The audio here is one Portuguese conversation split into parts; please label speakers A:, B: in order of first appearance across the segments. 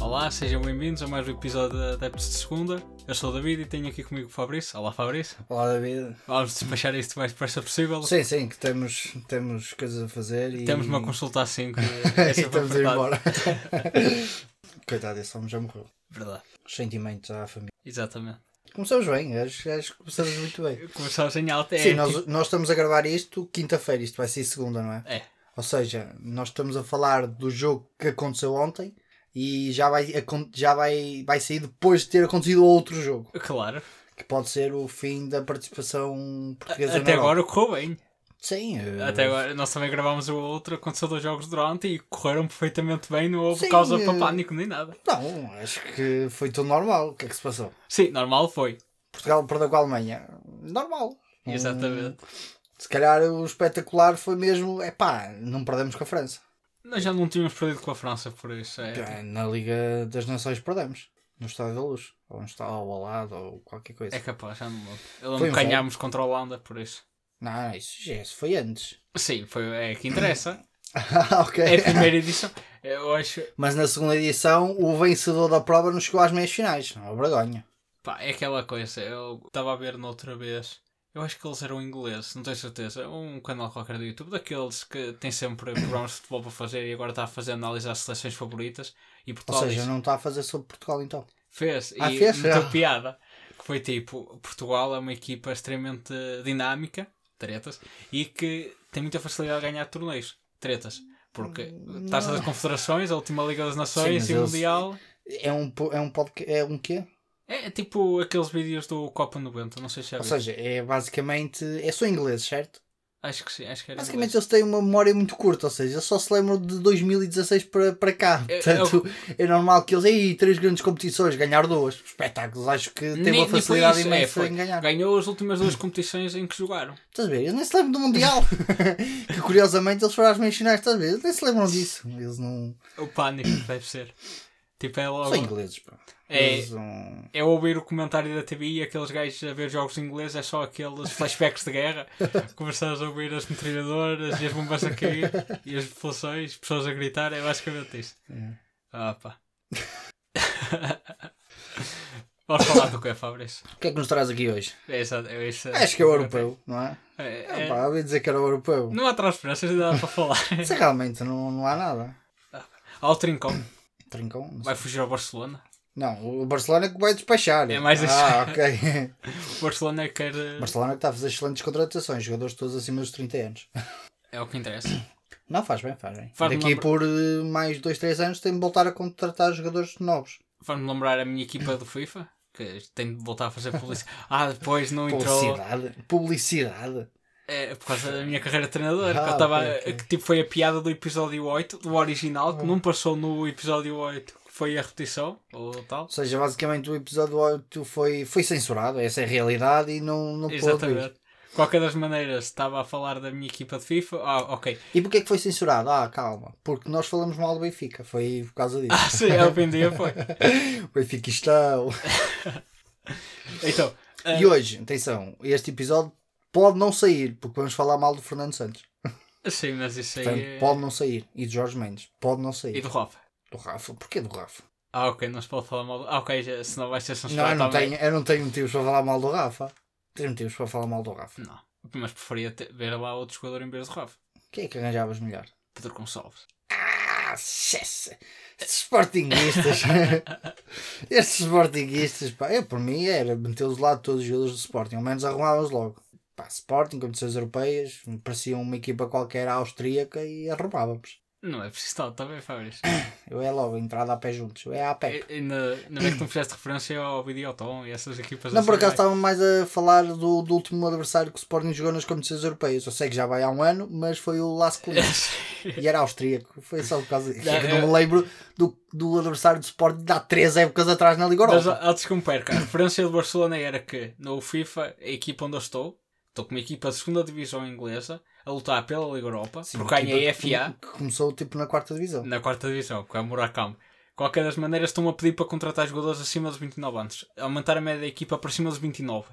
A: Olá, sejam bem-vindos a mais um episódio da Adeptos de Segunda. Eu sou o David e tenho aqui comigo o Fabrício. Olá, Fabrício.
B: Olá, David.
A: Vamos despachar isto o mais depressa possível.
B: Sim, sim, que temos, temos coisas a fazer e.
A: Temos uma consulta às é 5.
B: e estamos a ir embora. Coitado, esse homem já morreu.
A: Verdade.
B: Os sentimentos à família.
A: Exatamente.
B: Começamos bem, acho, acho que começamos muito bem.
A: Começamos em alta. É,
B: Sim, nós, nós estamos a gravar isto quinta-feira, isto vai ser segunda, não é?
A: É.
B: Ou seja, nós estamos a falar do jogo que aconteceu ontem e já vai, acon- já vai, vai sair depois de ter acontecido outro jogo,
A: tipo, Claro.
B: que pode ser o fim da participação portuguesa na
A: Até
B: Europa.
A: agora correu bem.
B: Sim, eh,
A: Até agora, nós também gravámos o outro, aconteceu dois jogos durante e correram perfeitamente bem, não houve
B: Sim,
A: causa
B: eh,
A: para pânico nem nada.
B: Não, acho que foi tudo normal. O que é que se passou?
A: Sim, normal foi.
B: Portugal perdeu com a Alemanha. Normal. Hum,
A: Exatamente.
B: Se calhar o espetacular foi mesmo, é pá, não perdemos com a França.
A: Nós já não tínhamos perdido com a França por isso. É,
B: Já Na Liga das Nações perdemos. No Estádio da Luz. Ou no Estádio ao lado, ou qualquer coisa.
A: é capaz, já não me lembro. Eu lembro que
B: Foi um
A: ganhámos contra a Holanda por isso.
B: Não, isso, já- isso foi antes.
A: Sim, foi, é que interessa.
B: Ah, ok.
A: É a primeira edição. Eu acho.
B: Mas na segunda edição, o vencedor da prova não chegou às meias finais. Não, é vergonha.
A: Pá, é aquela coisa. Eu estava a ver noutra vez. Eu acho que eles eram ingleses, não tenho certeza. Um canal qualquer do YouTube, daqueles que tem sempre programas de futebol para fazer e agora está a fazer análise às seleções favoritas. E
B: Ou
A: Portugal
B: seja,
A: disse-
B: não está a fazer sobre Portugal então.
A: fez.
B: Ah,
A: e
B: fez?
A: muita
B: Ah.
A: piada. Que foi tipo: Portugal é uma equipa extremamente dinâmica, tretas, e que tem muita facilidade de ganhar torneios, tretas. Porque Taça das Confederações, a última Liga das Nações
B: Hum, mas
A: e o
B: eles-
A: Mundial.
B: É um, po- é um podcast. É um quê?
A: É tipo aqueles vídeos do Copa 90, não sei se já
B: Ou
A: vi.
B: seja, é basicamente. É só inglês, certo?
A: Acho que sim, acho que era.
B: Basicamente eles têm uma memória muito curta, ou seja, eles só se lembram de 2016 para, para cá.
A: É-
B: Portanto, é, normal que eles. Ei, três grandes competições, ganhar duas. Espetáculos, acho que
A: Nem-
B: tem uma
A: nem foi
B: facilidade
A: isso, é,
B: imensa
A: foi.
B: em ganhar.
A: Ganhou as últimas duas competições em que jogaram.
B: Estás a ver? Eles nem se lembram do Mundial. que curiosamente eles foram às meias finais, estás a ver? Eles nem se lembram disso. Eles não.
A: O pânico, deve ser. Tipo, é
B: São
A: logo.
B: ingleses, pá.
A: É,
B: Eles não-
A: é ouvir o comentário da TV e aqueles gajos a ver jogos em inglês, é só aqueles flashbacks de guerra. Começares a ouvir as metralhadoras e as bombas a cair e as explosões, pessoas a gritar, é basicamente isso.
B: É.
A: Ah, pá. Vamos falar do que é, Fabrício?
B: O que é que nos traz aqui hoje?
A: É, essa- é essa-
B: Acho que é o europeu, não é?
A: É,
B: É,
A: é-
B: pá, eu ia dizer que era o europeu.
A: Não há transferências, não dá para falar.
B: Isso é realmente não, não há nada.
A: Há o Trincão,
B: Trincão? Não, sei.
A: vai fugir ao Barcelona.
B: não, o Barcelona é que vai despachar.
A: É mais
B: Ah,
A: isso.
B: ok.
A: O Barcelona quer. eh,
B: Barcelona que está a fazer excelentes contratações, jogadores todos acima dos 30 anos.
A: É o que interessa.
B: Não, faz bem, faz bem.
A: Faz-me
B: Daqui
A: lembrar-
B: por eh, mais 2, 3 anos tem de voltar a contratar jogadores novos.
A: Vamos lembrar a minha equipa do FIFA, que tem de voltar a fazer publicidade. Ah, depois não entrou.
B: Publicidade. Publicidade.
A: É, por causa da minha carreira de treinador. que, eu
B: Ah,
A: estava-
B: ok, ok. Ah.
A: que tipo, foi a piada do episódio 8, do original, que não passou no episódio 8, que foi a repetição, ou tal.
B: Ou seja, basicamente o episódio 8 foi, foi censurado. Essa é a realidade e não, não pôde. ir.
A: Exatamente. Qualquer das maneiras, estava a falar da minha equipa de FIFA. Ah, ok.
B: E porquê é que foi censurado? Ah, calma. Porque nós falamos mal do Benfica. Foi por causa disso.
A: Ah, sim, eu aprendi, foi.
B: o Benfica está.
A: Então,
B: E hoje, atenção, este episódio pode não sair, porque vamos falar mal do Fernando Santos.
A: sim, mas isso aí.
B: Portanto,
A: é-
B: pode não sair. E de Jorge Mendes, pode não sair.
A: E do Rafa.
B: Do Rafa? Porquê do Rafa?
A: Ah, ok, não se pode falar mal. Ah, ok, já, senão vai ser
B: Não,
A: censurado
B: eu não,
A: também.
B: tenho, eu não tenho motivos para falar mal do Rafa. Tens motivos para falar mal do Rafa.
A: Não, mas preferia ter- ver lá outro jogador em vez de Rafa.
B: Quem é que arranjavas melhor?
A: Pedro Gonçalves.
B: Ah, chesse! Estes Sportinguistas! Estes Sportinguistas, pá, eu por mim era metê-los de lado todos os jogadores do Sporting, ao menos arrumavam-os logo. Pá, Sporting, competições europeias, me parecia uma equipa qualquer austríaca e arrumávamos.
A: Não é preciso tal, também, Fabrício.
B: Eu é logo, entrada a pé juntos, eu é a pé.
A: E- Ainda ainda bem que tu me fizeste referência ao Videoton e essas equipas
B: Não,
A: assim,
B: por acaso
A: vai.
B: estava mais a falar do, do último adversário que o Sporting jogou nas competições europeias. Eu sei que já vai há um ano, mas foi o
A: é?
B: Las Colinas. E era austríaco, foi só por causa disso.
A: Não,
B: É que não
A: eu-
B: me lembro do, do adversário do Sporting de há três épocas atrás na Liga
A: Mas
B: Europa.
A: antes que me perca, a referência do Barcelona era que no FIFA, a equipa onde eu estou, estou com uma equipa de segunda divisão inglesa a lutar pela Liga Europa,
B: Sim,
A: ah, porque ganhei a
B: equipa que-
A: FA
B: Que começou tipo na quarta divisão.
A: na quarta divisão, com a Murakami. Qualquer das maneiras estão-me a pedir para contratar jogadores acima dos 29 anos. Aumentar a média da equipa para cima dos 29.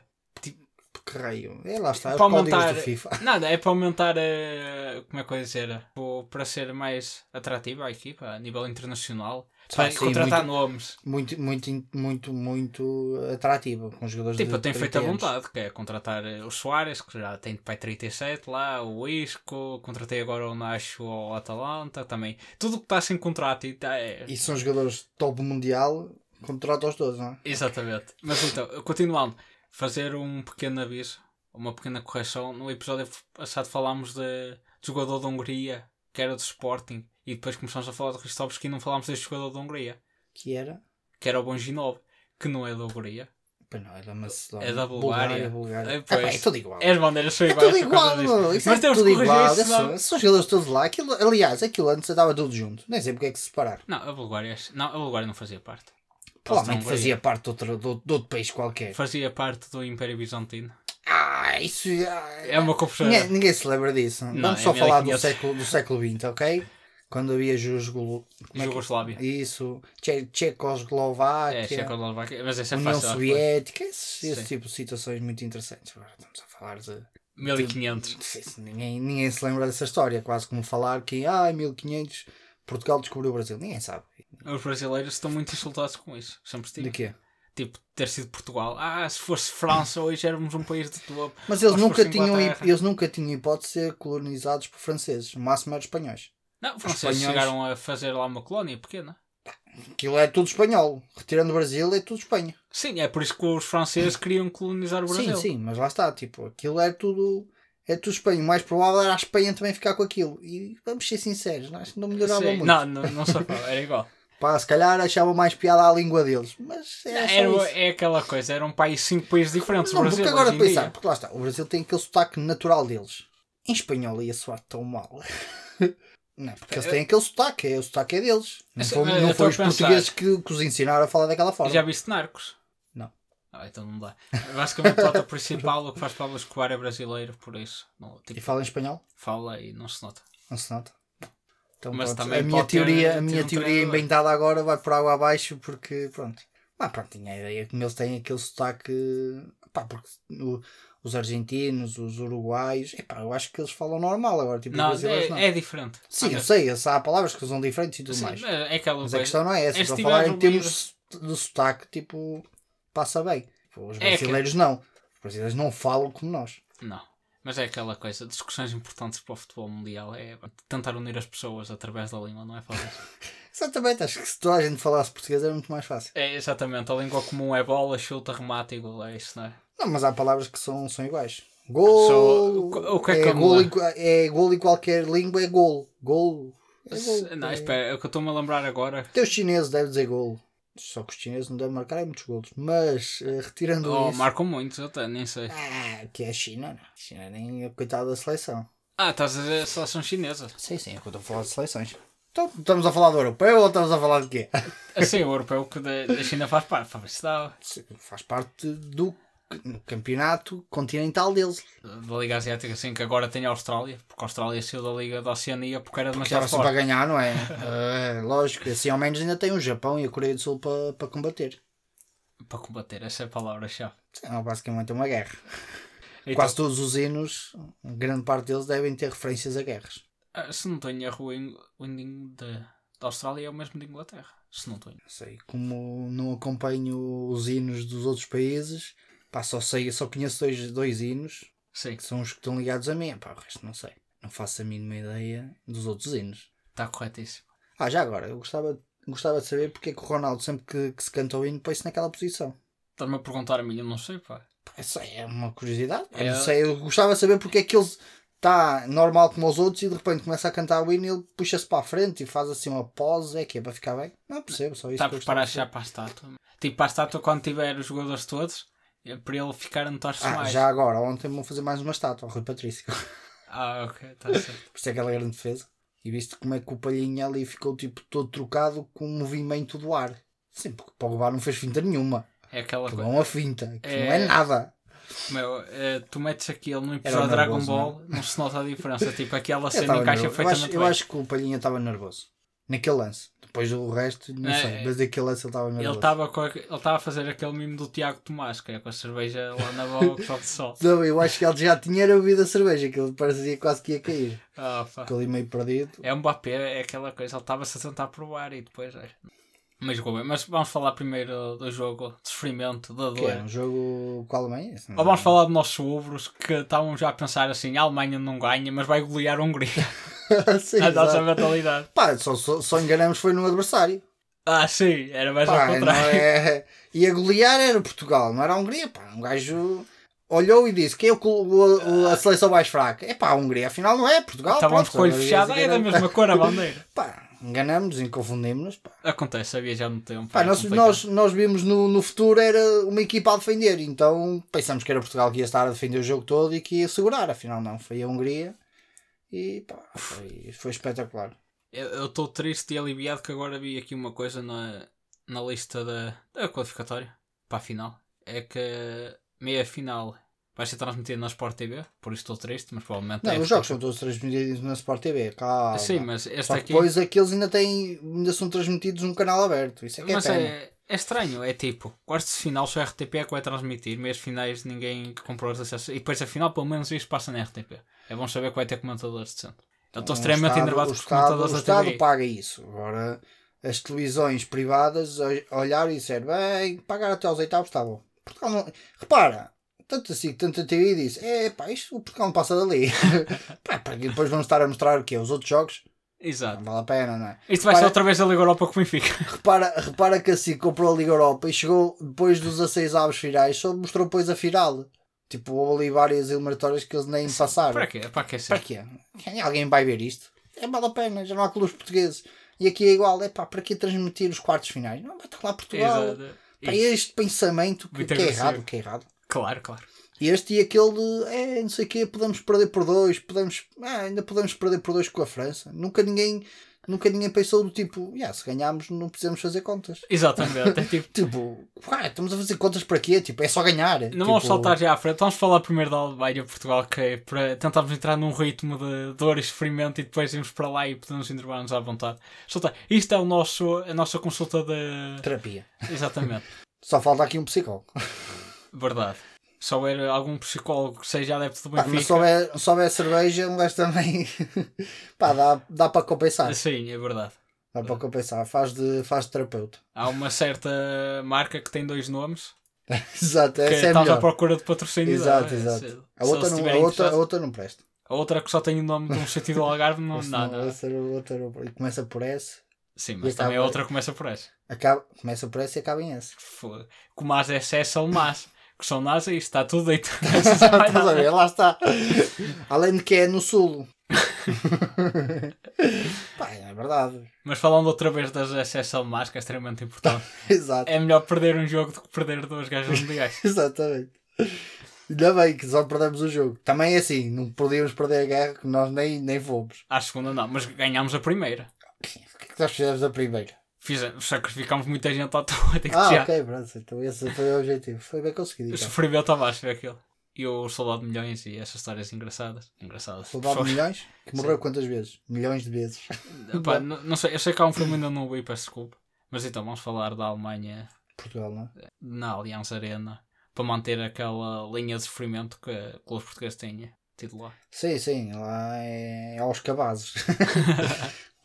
B: Que raio. É lá está, os
A: Para
B: códigos
A: aumentar-
B: do FIFA.
A: Nada, é para aumentar eh, a. Como é que eu ia dizer? Tipo, Para ser mais atrativa a equipa a nível internacional.
B: Sabe,
A: Vai
B: sim,
A: contratar
B: muito,
A: nomes.
B: muito, muito, in- muito, muito atrativo com jogadores
A: Tipo,
B: de
A: tem
B: 30
A: feito a
B: anos.
A: vontade, que é contratar eh, o Soares, que já tem pai 37 lá, o Isco, contratei agora o Nacho ao Atalanta também. Tudo que está sem contrato e tá, é...
B: E são jogadores top mundial, contrata os todos, não é?
A: Exatamente. Mas então, continuando, fazer um pequeno aviso, uma pequena correção. No episódio passado falámos de, de jogador da Hungria, que era do Sporting, e depois começámos a falar de Ristovski e não falámos deste jogador da Hungria,
B: Que era?
A: que era o Bonginov, que não é da Hungria.
B: Pois não, era Macedónia.
A: É da Bulgária.
B: Bulgária.
A: É,
B: É,
A: pois.
B: pá, é tudo igual.
A: É as bandeiras são
B: É
A: iguais.
B: tudo
A: por causa
B: igual,
A: disso.
B: meu. Isso
A: Mas
B: é
A: temos
B: tudo
A: que corrigir
B: igual.
A: isso,
B: É só-
A: não.
B: São os jogadores todos lá. Aquilo, aliás, aquilo antes andava tudo junto. Nem sei porque é que se separaram.
A: Não, a Bulgária, não, a Bulgária não fazia parte.
B: Provavelmente
A: Hungria.
B: fazia parte de outro, de outro- de outro país qualquer.
A: Fazia parte do Império Bizantino.
B: Ah, isso. ah,
A: É uma confusão.
B: ninguém, ninguém se lembra disso.
A: Não,
B: Vamos
A: é
B: só falar do
A: 1500.
B: século, do século XX, ok? Quando havia Jugoslo... como é que-
A: Jugoslávia.
B: Isso. Che-
A: É,
B: Tchecoslováquia.
A: Checoslováquia, mas essa é
B: União
A: fácil. depois.
B: Soviética, esse, esse
A: Sim.
B: tipo de situações muito interessantes. Agora estamos a falar de.
A: 1500.
B: Sim, Ninguém, ninguém se lembra dessa história, quase como falar que ah, em 1500 Portugal descobriu o Brasil. Ninguém sabe.
A: Os brasileiros estão muito insultados com isso. Sempre
B: De
A: estive.
B: quê?
A: Tipo, ter sido Portugal. Ah, se fosse França, hoje éramos um país de topo.
B: Mas eles
A: Mas
B: nunca,
A: fosse
B: tinham, hip-
A: Inglaterra.
B: eles nunca tinham hipótese de ser colonizados por franceses, no máximo eram espanhóis.
A: Não, os franceses
B: espanhóis-
A: chegaram a fazer lá uma colónia é? pequena.
B: Aquilo é tudo espanhol. Retirando o Brasil, é tudo Espanha.
A: Sim, é por isso que os franceses queriam colonizar o Brasil.
B: Sim, sim, mas lá está. Tipo, aquilo é tudo. É tudo Espanha. O mais provável era a Espanha também ficar com aquilo. E vamos ser sinceros, não, acho que não melhorava
A: Sim.
B: muito.
A: Não, não, não só era igual.
B: Pá, se calhar achava mais piada à língua deles. Mas é só isso.
A: Era, é aquela coisa, eram um país, cinco países diferentes.
B: Não,
A: o Brasil,
B: porque agora
A: hoje em
B: pensar,
A: dia.
B: porque lá está, o Brasil tem aquele sotaque natural deles. Em espanhol ia soar tão mal. não, porque eles têm aquele sotaque, é, o sotaque é deles. Não,
A: Assim,
B: foi,
A: eu
B: não
A: estou
B: foi
A: a
B: os
A: pensar.
B: portugueses que, que os ensinaram a falar daquela forma.
A: Já viste Narcos?
B: Não.
A: Ah, então não dá. Basicamente, o ator principal, o que faz Pablo Escobar é brasileiro, por isso. Não,
B: E
A: tipo,
B: fala em espanhol?
A: fala e não se nota.
B: Não se nota. Então,
A: Mas
B: pronto,
A: também
B: a minha
A: pode ter
B: teoria, a
A: tido
B: minha
A: um
B: teoria
A: treinador.
B: inventada agora vai por água abaixo porque, pronto. Mas pronto, tinha a ideia como eles têm aquele sotaque. Pá, porque o- os argentinos, os uruguaios, epá, eu acho que eles falam normal agora. Tipo,
A: Não,
B: os brasileiros não.
A: é, é diferente.
B: Sim, eu
A: Olha,
B: sei, eu sei, há palavras que são diferentes e tudo
A: sim,
B: mais.
A: mas é aquela
B: Mas a
A: coisa.
B: questão não é essa.
A: é
B: Estou a
A: se
B: falar
A: tiveres
B: em
A: um
B: termos de sotaque, tipo, passa bem. Tipo, Os
A: É que-
B: brasileiros não. Os brasileiros não falam como nós.
A: Não. Mas é aquela coisa, discussões importantes para o futebol mundial é tentar unir as pessoas através da língua, não é fácil.
B: Exatamente, acho que se toda a gente falasse português era muito mais fácil.
A: é exatamente, a língua comum é bola, chuta, remate e gol, é isso, não é?
B: Não, mas há palavras que são, são iguais. Gol.
A: Só- o- o que é que eu me
B: gol em,
A: lembro?
B: qua- é gol em qualquer língua, é gol. Gol. É gol.
A: não,
B: é-
A: espera, é o que eu estou-me a lembrar agora.
B: Até os chineses devem dizer gol. Só que os chineses não devem marcar é muitos golos. Mas, eh, retirando
A: Oh,
B: isso.
A: marcam muitos, eu até nem sei.
B: Ah, que é a China, não. A China nem é coitada da seleção.
A: Ah, estás a dizer a seleção chinesa.
B: Sim, sim, é que eu estou a falar de seleções. Então, estamos a falar do europeu ou estamos a falar de quê?
A: Assim, o europeu que da, da China faz parte, Fabrício Dava,
B: Sim, Faz parte do campeonato continental deles.
A: da Liga Asiática, assim, que agora tem a Austrália, porque a Austrália saiu da Liga da Oceania porque era
B: Que era
A: demasiado
B: só para
A: forte.
B: ganhar, não é? É, lógico, assim ao menos ainda tem o Japão e a Coreia do Sul para, para combater.
A: Para combater, essa é a palavra-chave.
B: Sim, É basicamente uma guerra.
A: Então,
B: Quase todos os hinos, grande parte deles devem ter referências a guerras.
A: Ah, se não tenho erro, o in- o hino de- da Austrália é o mesmo de Inglaterra. Se não tenho.
B: Não sei, como não acompanho os hinos dos outros países, pá, só sei, só conheço dois, dois hinos,
A: Sim,
B: que são os que estão ligados a mim. Pá, o resto não sei. Não faço a mínima ideia dos outros hinos.
A: está tá corretíssimo.
B: Ah, já agora, eu gostava, gostava de saber porque é que o Ronaldo, sempre que, que se canta o hino, põe-se naquela posição.
A: Estás-me a perguntar a mim, eu não sei, pá.
B: Pá, Isso aí é uma curiosidade. pá,
A: É.
B: Não sei, eu gostava de saber porque é que ele está normal como os outros e de repente começa a cantar o hino e ele puxa-se para a frente e faz assim uma pose. É que é para ficar bem? Não percebo, só isso.
A: Está Tá a
B: que eu
A: preparar
B: gostava
A: já para a estátua. Tipo, para a estátua, quando tiver os jogadores todos, é para ele ficar a notar-se
B: de saber. Ah,
A: mais.
B: já agora, ontem vão fazer mais uma estátua ao Rui Patrício.
A: Ah, ok, está certo.
B: Por isso é aquela grande defesa. E viste como é que o Palhinha ali ficou tipo todo trocado com o movimento do ar. Sim, porque o Pogba não fez finta nenhuma.
A: É aquela
B: Que
A: coisa.
B: não é finta, que não
A: É.
B: é nada.
A: Meu, eh, tu metes aquilo no
B: Era
A: episódio
B: o
A: Dragon
B: nervoso, é?
A: Ball, não se nota a diferença. tipo, aquela
B: Eu,
A: cena
B: tava
A: encaixa
B: nervoso. eu, acho,
A: perfeitamente
B: eu
A: bem.
B: acho que o Palhinha estava nervoso. Naquele lance. Depois do resto, não
A: É, é.
B: sei. Mas daquele lance ele estava nervoso.
A: Ele estava com aque- ele estava a fazer aquele mimo do Tiago Tomás, que é com a cerveja lá na boca, só de sol.
B: Não, eu acho que ele já tinha era bebido a cerveja, que ele parecia quase que ia cair.
A: Ah, pá.
B: Ficou ali meio perdido.
A: É um Mbappé, é aquela coisa, ele estava-se a tentar provar e depois. olha, Mas, jogou bem. mas vamos falar primeiro do jogo de sofrimento, da
B: Que
A: dor.
B: é um jogo com a Alemanha? Isso não-
A: Ou vamos falar de nossos ovos que estavam já a pensar assim: a Alemanha não ganha, mas vai golear a Hungria.
B: Sim,
A: a nossa
B: exato.
A: mentalidade.
B: Pá, só, só, só enganamos foi no adversário.
A: Ah, sim, era mais
B: Pá,
A: ao
B: não
A: contrário.
B: é... E a golear era Portugal, não era a Hungria. Pá, um gajo olhou e disse: quem é o clu- o- o- a seleção mais fraca? É pá, a Hungria, afinal não é Portugal.
A: Estávamos
B: pronto,
A: com o olho
B: agora
A: fechado, ah, é da
B: enganamos-
A: mesma cor a bandeira.
B: Pá, enganamos-nos e confundimos-nos. Pá.
A: Acontece, havia já no tempo.
B: Pá,
A: é
B: nós,
A: complicado.
B: nós, nós vimos no, no futuro era uma equipa a defender, então pensamos que era Portugal que ia estar a defender o jogo todo e que ia segurar, afinal não, foi a Hungria e pá, foi, foi espetacular.
A: Eu- Eu estou triste e aliviado que agora vi aqui uma coisa na, na lista da, da qualificatória para a final. É que a meia final vai ser transmitida na Sport TV, por isso estou triste, mas provavelmente
B: Não,
A: é
B: os jogos são todos transmitidos na Sport TV, calma.
A: Sim, mas este
B: Só que
A: aqui.
B: depois aqueles ainda têm, ainda são transmitidos num canal aberto, isso é que é
A: Mas
B: pena.
A: é, é estranho, é tipo, quartos de final só a RTP é que vai transmitir, meias finais ninguém que comprou os acessos. E depois a final, pelo menos isso passa na RTP. É bom saber que vai ter comentadores de centro. Eu estou
B: O
A: extremamente
B: Um Estado-
A: enervado
B: o
A: com os
B: Estado-
A: comentadores
B: O
A: da
B: Estado
A: TV.
B: paga isso. Agora, as televisões privadas ol- olharam e disseram: bem, pagar até aos oitavos está bom. Portugal não... Repara, tanto assim, tanto a TV disse: é pá, isto o Portugal não passa dali. pá, porque depois vão estar a mostrar o quê? Os outros jogos?
A: Exato.
B: Não vale a pena, não é?
A: Isto vai ser
B: Para-
A: outra vez a Liga Europa com o Benfica.
B: Repara, repara que assim comprou a Liga Europa e chegou depois dos 16 avos finais, só mostrou depois a final. Tipo, houve ali várias eliminatórias que eles nem passaram.
A: Para quê? É Para quê?
B: Para quê? Quem- Alguém vai ver isto? É mal a pena, já não há clubes portugueses. E aqui é igual, é pá, para que transmitir os quartos finais? Não, vai estar lá Portugal.
A: Exato.
B: Pá, este pensamento que,
A: Muito
B: que é
A: agressivo.
B: errado, que é errado.
A: Claro, claro.
B: E este e aquele, de, é, não sei o quê, podemos perder por dois, podemos, ah, ainda podemos perder por dois com a França. Nunca ninguém, nunca ninguém pensou do tipo, "Ya, se ganharmos não precisamos fazer contas.
A: Exatamente. É tipo,
B: Tipo, ué, estamos a fazer contas para quê? Tipo, é só ganhar.
A: não vamos
B: Tipo,
A: saltar já à frente. Vamos falar primeiro da Alemanha e Portugal, que é para tentarmos entrar num ritmo de dor e sofrimento e depois irmos para lá e podemos intervalar-nos à vontade. Soltar. Isto é o nosso, a nossa consulta de.
B: Terapia.
A: Exatamente.
B: Só falta aqui um psicólogo.
A: Verdade. Se houver algum psicólogo que seja adepto do
B: Pá, mas se
A: Benfica.
B: houver, se houver cerveja, um gajo também. pá, dá, dá para compensar.
A: Sim, é verdade.
B: Dá para compensar. Faz de, faz de terapeuta.
A: Há uma certa marca que tem dois nomes
B: Exato,
A: que
B: essa é a
A: estás à
B: melhor.
A: procura de patrocínio.
B: Exato,
A: é,
B: exato.
A: se-
B: A
A: se
B: outra,
A: eles
B: não, a,
A: estiverem
B: outra, a
A: interessados.
B: outra não presta.
A: A outra que só tem o nome de um sentido do Algarve, não,
B: Essa
A: não, não.
B: Essa, outra, outra, é e começa por S,
A: Sim,
B: E
A: mas
B: acaba-
A: também a outra começa por S.
B: acaba, começa por S e acaba em S.
A: Foda. Que o MAS é SS ou o MAS. Que são NAS e está tudo deitado.
B: Estás a ver? Lá está. Além de que é no sul. pá, é verdade.
A: Mas falando outra vez das SS ou MAS, que é extremamente importante.
B: Exato.
A: É melhor perder um jogo do que perder dois gajos mundiais.
B: Exatamente. Ainda bem que só perdemos o jogo. Também é assim, não podíamos perder a guerra que nós nem, nem fomos.
A: À segunda não, mas ganhámos a primeira.
B: O que é que nós fizemos a primeira?
A: Fizemos, sacrificámos muita gente à toa. digo-te
B: Ah,
A: É já.
B: ok, pronto. Então esse foi o objetivo. Foi bem conseguido. Então.
A: Sofri bem Tomás, foi aquilo. E o Soldado de Milhões e essas histórias engraçadas. Engraçadas.
B: Soldado de
A: Foi-
B: milhões? Que morreu quantas vezes? Milhões de vezes.
A: Pá, não, não sei, eu sei que há um filme ainda não o vi, peço desculpa. Mas então, vamos falar da Alemanha
B: Portugal, não é?
A: na Allianz Arena para manter aquela linha de sofrimento que o clube português tinha tido lá.
B: Sim, sim. Lá é, é aos cabazes.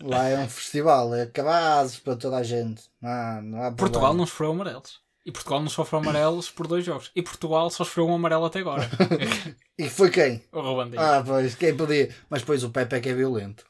B: lá é um festival. É cabazes para toda a gente. Não há, não há
A: Portugal
B: problema.
A: não sofreu amarelos. E Portugal não sofreu amarelos por dois jogos. E Portugal só sofreu um amarelo até agora.
B: E foi quem?
A: o Ruben Dias.
B: Ah, pois, quem podia? Mas pois o Pepe é que é violento.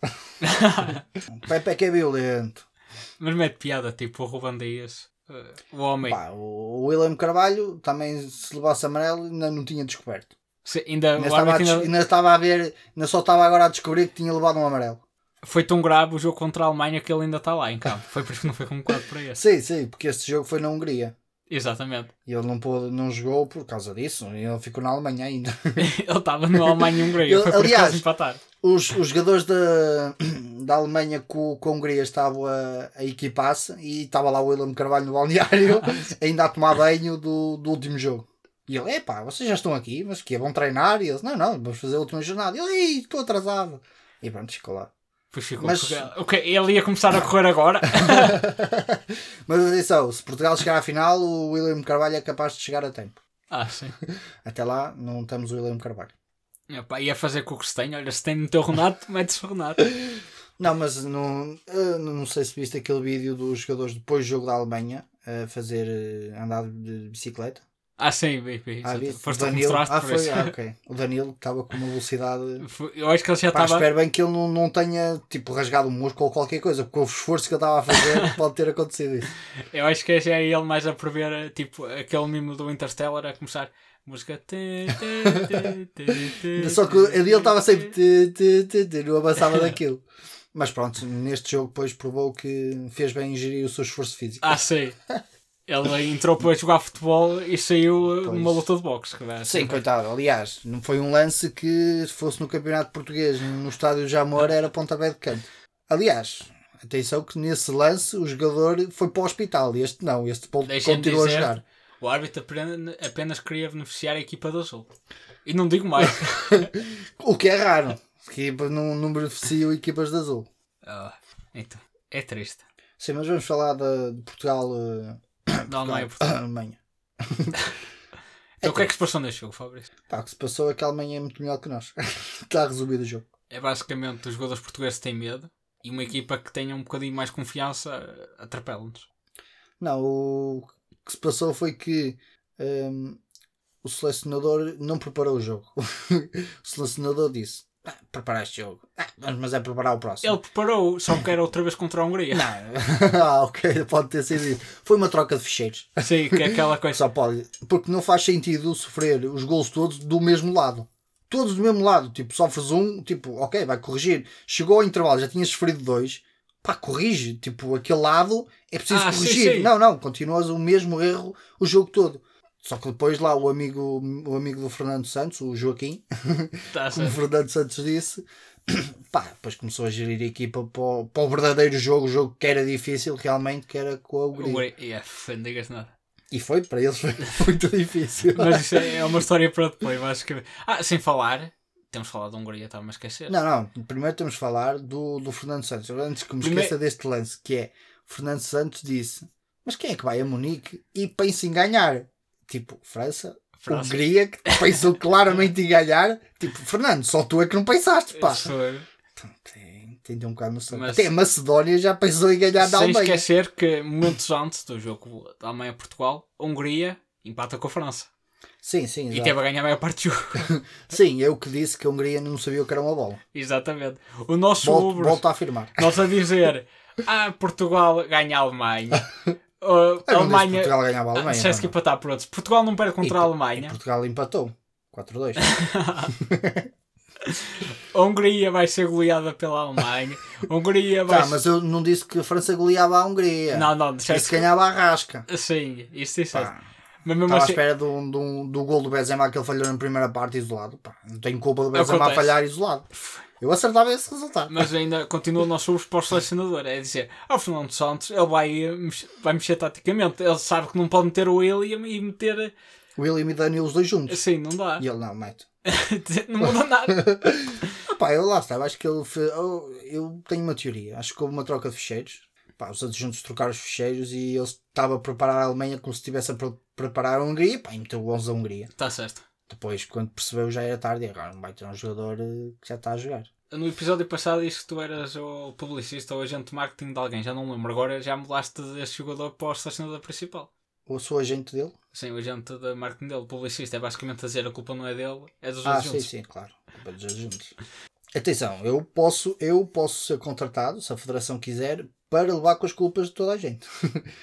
B: o Pepe é que é violento.
A: Mas mete piada, tipo o Ruben Dias. eh, O homem
B: Pá, o William Carvalho também se levasse amarelo ainda não tinha descoberto.
A: se ainda,
B: Ainda
A: o
B: estava, a,
A: árbitro ainda
B: des- ainda estava a ver, ainda só estava agora a descobrir que tinha levado um amarelo.
A: foi tão grave o jogo contra a Alemanha que ele ainda está lá em campo. Foi por isso que não foi convocado para esse.
B: Sim, sim, porque este jogo foi na Hungria.
A: Exatamente.
B: E ele não, pôde, não jogou por causa disso, ele ficou na Alemanha ainda.
A: Ele estava no Alemanha e Hungria.
B: Ele-
A: Foi por isso que
B: aliás,
A: eles empataram.
B: Os, os jogadores da, da Alemanha com, com a Hungria estavam a, a equipar-se e estava lá o William Carvalho no balneário, ainda a tomar banho do, do último jogo. E ele, epá, vocês já estão aqui, mas que é bom treinar? E eles, não, não, vamos fazer a última jornada. E ele, "Ei, estou atrasado. E pronto, ficou lá.
A: Pois ficou
B: Mas-
A: Portugal. Ok, ele ia começar a correr agora.
B: Mas atenção, se Portugal chegar à final, o William Carvalho é capaz de chegar a tempo.
A: ah, sim.
B: Até lá, não temos o William Carvalho.
A: Epá, ia fazer com o que se tem. Olha, se tem no teu Renato, metes o Renato.
B: Não, mas não, eh, não sei se viste aquele vídeo dos jogadores depois do jogo da Alemanha a fazer eh, andar de bicicleta.
A: Ah, sim, vi, vi.
B: Ah, viste?
A: Foste
B: O
A: tu que
B: Danilo,
A: mostraste
B: ah,
A: por
B: foi,
A: isso.
B: ah, ok. O Danilo estava com uma velocidade.
A: Foi- Eu acho que ele já
B: Pá,
A: estava.
B: espero bem que ele não, não tenha tipo rasgado o músculo ou qualquer coisa, porque o esforço que ele estava a fazer pode ter acontecido isso.
A: Eu acho que já é ele mais a prever, eh, tipo, aquele mimo do Interstellar a começar. Música. tê, tê, tê, tê, tê,
B: Só que ali ele estava sempre tê, tê, tê, tê, não avançava daquilo. Mas pronto, neste jogo depois provou que fez bem em gerir o seu esforço físico.
A: Ah, sim. Ele entrou para jogar futebol e saiu eh,
B: Pois.
A: numa luta de boxe. que era
B: Sim,
A: assim.
B: coitado. Aliás, não foi um lance que se fosse no Campeonato Português, no estádio Jamor, era pontapé de canto. Aliás, atenção que nesse lance o jogador foi para o hospital. Este não, este pol-
A: Deixa-me
B: continuou a
A: dizer-
B: jogar.
A: O árbitro apenas, apenas queria beneficiar a equipa do Sul. E não digo mais.
B: O que é raro, que não, não beneficiam equipas de azul.
A: Ah, então, é triste.
B: Sim, mas vamos falar de, de Portugal, eh,
A: Da Alemanha.
B: Portugal, Alemanha.
A: Então, o que é que se passou neste jogo, Fabrício?
B: Pá, o que se passou é que a Alemanha é muito melhor que nós. Está resumido o jogo.
A: É basicamente os jogadores portugueses têm medo e uma equipa que tenha um bocadinho mais confiança eh, atrapalha-nos.
B: Não, o que se passou foi que ehm, o selecionador não preparou o jogo. o selecionador disse: ah, preparar este jogo, ah, vamos, mas é preparar o próximo.
A: Ele preparou, só que era outra vez contra a Hungria.
B: Não, ah, ok, pode ter sido isso. Foi uma troca de ficheiros.
A: Sim, que é aquela coisa.
B: Só pode, porque não faz sentido sofrer os gols todos do mesmo lado. Todos do mesmo lado, tipo, sofres um, tipo, ok, vai corrigir. Chegou ao intervalo, já tinha sofrido dois, pá, corrige. Tipo, aquele lado é preciso
A: Ah, sim,
B: corrigir.
A: sim.
B: Não, não, continuas o mesmo erro o jogo todo. Só que depois lá o amigo, o amigo do Fernando Santos, o Joaquim,
A: Tá,
B: como o Fernando Santos disse, pá, depois começou a gerir a equipa para o, para o verdadeiro jogo, o jogo que era difícil realmente, que era com a Hungria.
A: Hungria. Yeah, f- não digas nada.
B: E foi, para eles foi muito difícil.
A: Mas isso é é uma história para depois, basicamente. Ah, sem falar, temos falado da Hungria, estava-me a esquecer.
B: Não, não. Primeiro temos de falar do, do Fernando Santos. Antes que me
A: Primeiro-
B: esqueça deste lance, que é Fernando Santos disse: Mas quem é que vai a Munique e pensa em ganhar? Tipo, França,
A: França.
B: Hungria, que pensou claramente em ganhar. Tipo, Fernando, só tu é que não pensaste, pá.
A: Isso foi-
B: Tem, tem de ter um bocado noção.
A: Mas-
B: Até a Macedónia já pensou em ganhar
A: Sem
B: da Alemanha.
A: esquecer que momentos antes do jogo da Alemanha-Portugal, a Hungria empata com a França.
B: Sim, sim,
A: E
B: exato.
A: teve a ganhar a maior parte do jogo.
B: Sim, eu que disse que a Hungria não sabia o que era uma bola.
A: Exatamente. O nosso
B: Volto,
A: Ubers,
B: volto a afirmar.
A: nós a dizer, ah, Portugal ganha a Alemanha. Uh, a
B: Eu não disse que
A: Alemanha...
B: Portugal ganhava a Alemanha.
A: Ah, disseste que
B: não, não.
A: empatar por outros. Portugal não perde contra a
B: E
A: Alemanha.
B: Portugal empatou. 4-2.
A: A Hungria vai ser goleada pela Alemanha. A Hungria vai
B: Tá, mas eu não disse que a França goleava a Hungria.
A: Não, não,
B: Disse
A: disseste
B: que ganhava a rasca.
A: Sim, isso disseste.
B: Pá,
A: Mas mesmo
B: Estava à
A: assim,
B: espera do, do, um, do gol do Benzema que ele falhou na primeira parte isolado. Pá, não tenho culpa do Benzema
A: Acontece.
B: falhar isolado. Eu acertava esse resultado.
A: mas ainda continua o nosso uso para o selecionador. É dizer, ao Fernando Santos, ele vai, eh, mex- vai mexer taticamente. Ele sabe que não pode meter o William e meter.
B: O William e Danilo os dois juntos.
A: Assim, não dá.
B: E ele não, mete.
A: não muda nada.
B: Ah, pá, eu lá estava. Acho que ele. fe- Eu, eu tenho uma teoria. Acho que houve uma troca de ficheiros. Pá, os outros juntos trocaram os ficheiros e ele estava a preparar a Alemanha como se estivesse a pre- preparar a Hungria. Pá, e meteu 11 a Hungria.
A: Está Tá certo.
B: Depois, quando percebeu, já era tarde. E agora não vai ter um jogador eh, que já está a jogar.
A: No episódio passado disse que tu eras o publicista ou agente de marketing de alguém, já não me lembro. Agora já mudaste desse jogador para o selecionador principal.
B: Eu sou agente dele.
A: Sim, o agente de marketing dele, publicista, é basicamente dizer a culpa não é dele, é dos
B: Ah,
A: outros
B: sim,
A: juntos.
B: sim, claro. Culpa dos adjuntos. Atenção, eu posso, eu posso ser contratado, se a Federação quiser, para levar com as culpas de toda a gente.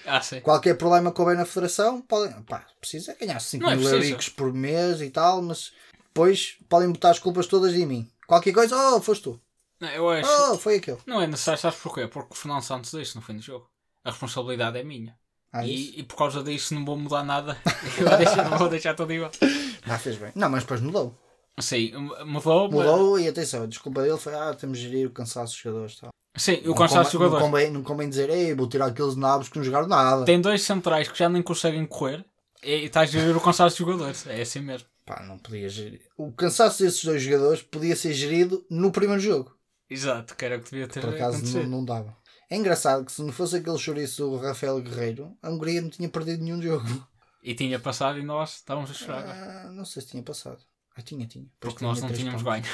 A: Ah, sim.
B: Qualquer problema que houver na Federação, podem, pá, precisa ganhar 5
A: Não é
B: mil
A: preciso.
B: euricos por mês e tal, mas depois podem botar as culpas todas em mim. Qualquer coisa, oh, foste tu.
A: Não, eu acho.
B: Oh, foi aquele.
A: Não é necessário, sabes porquê? Porque o Fernando Santos disse no fim do jogo. A responsabilidade é minha.
B: Ah, isso.
A: e, e por causa disso não vou mudar nada. Eu vou deixar, vou deixar tudo igual.
B: Ah, fez bem. Não, mas depois mudou.
A: Sim, mudou. mas-
B: Mudou e atenção, a desculpa dele foi, ah, temos de gerir o cansaço dos jogadores. Tal.
A: Sim, o
B: Não
A: cansaço dos
B: convém-
A: jogadores.
B: Não convém, não convém dizer, ei, vou tirar aqueles nabos que não jogaram nada.
A: Tem dois centrais que já nem conseguem correr. E estás a ver o cansaço dos jogadores. É assim mesmo.
B: Pá, não podia gerir. O cansaço desses dois jogadores podia ser gerido no primeiro jogo.
A: Exato, que era o que devia ter
B: Por acaso
A: acontecido.
B: não, não dava. É engraçado que se não fosse aquele chouriço do Rafael Guerreiro, a Hungria não tinha perdido nenhum jogo.
A: E tinha passado e nós estávamos a chorar.
B: Ah, não sei se tinha passado. Ah, tinha, tinha. Pois
A: porque
B: tinha
A: nós não
B: três
A: tínhamos
B: pontos.
A: ganho.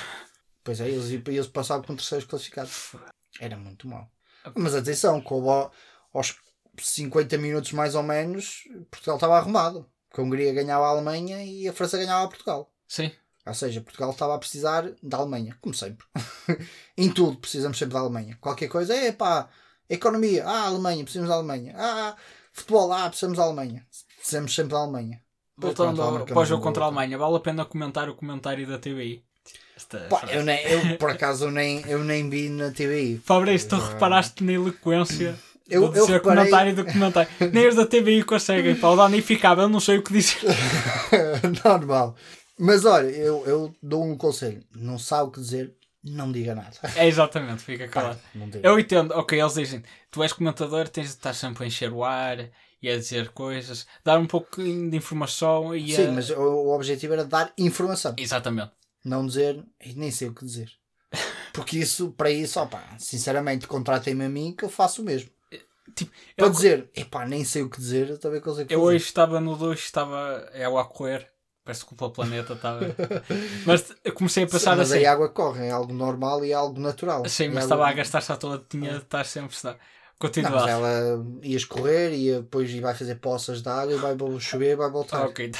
B: Pois é, eles, eles passavam com terceiros classificados. Era muito mau. Mas atenção, que houve ao- aos 50 minutos mais ou menos, Portugal estava arrumado. Porque a Hungria ganhava a Alemanha e a França ganhava a Portugal.
A: Sim,
B: Ou seja, Portugal estava a precisar da Alemanha, como sempre. em tudo precisamos sempre da Alemanha. Qualquer coisa, é pá, economia, ah, Alemanha, precisamos da Alemanha. Ah, futebol, ah, precisamos da Alemanha. Precisamos sempre da Alemanha.
A: voltando
B: Pronto,
A: ao,
B: marcamos
A: para o jogo
B: um
A: contra a
B: gol.
A: Alemanha, vale a pena comentar o comentário da TVI. Esta
B: Pá,
A: frase.
B: eu, nem, eu por acaso eu nem, eu nem vi na TVI.
A: Fabrício, tu
B: Eu já-
A: reparaste na eloquência
B: Eu-
A: do
B: eu
A: seu
B: reparei-
A: comentário do comentário. Nem os da TVI conseguem, pá, o Dani ficava, eu não sei o que dizer.
B: Normal. Mas olha, eu, eu dou um conselho. Não sabe o que dizer, não diga nada.
A: É exatamente, fica
B: Pá,
A: calado.
B: não diga.
A: Eu entendo, ok, eles dizem, tu és comentador, tens de estar sempre a encher o ar e a dizer coisas, dar um pouquinho de informação e a...
B: Sim, mas o, o objetivo era dar informação.
A: Exatamente.
B: Não dizer, "Ei, nem sei o que dizer. Porque isso, para isso, opá, sinceramente, contratem-me a mim que eu faço o mesmo.
A: É, tipo,
B: Para
A: Eu,
B: dizer, epá, nem sei o que dizer, eu também consigo
A: eu hoje estava no duche, estava é eu a correr, peço desculpa ao planeta, estava... mas eu comecei a passar
B: Mas
A: assim,
B: aí a água corre, é algo normal e é algo natural.
A: sim,
B: É
A: mas
B: algo-
A: estava a gastar-se à toa, tinha de estar sempre...
B: Não, mas
A: Continuar.
B: ela ia escorrer e depois vai fazer poças de água e vai chover e vai voltar.
A: Ah, ok,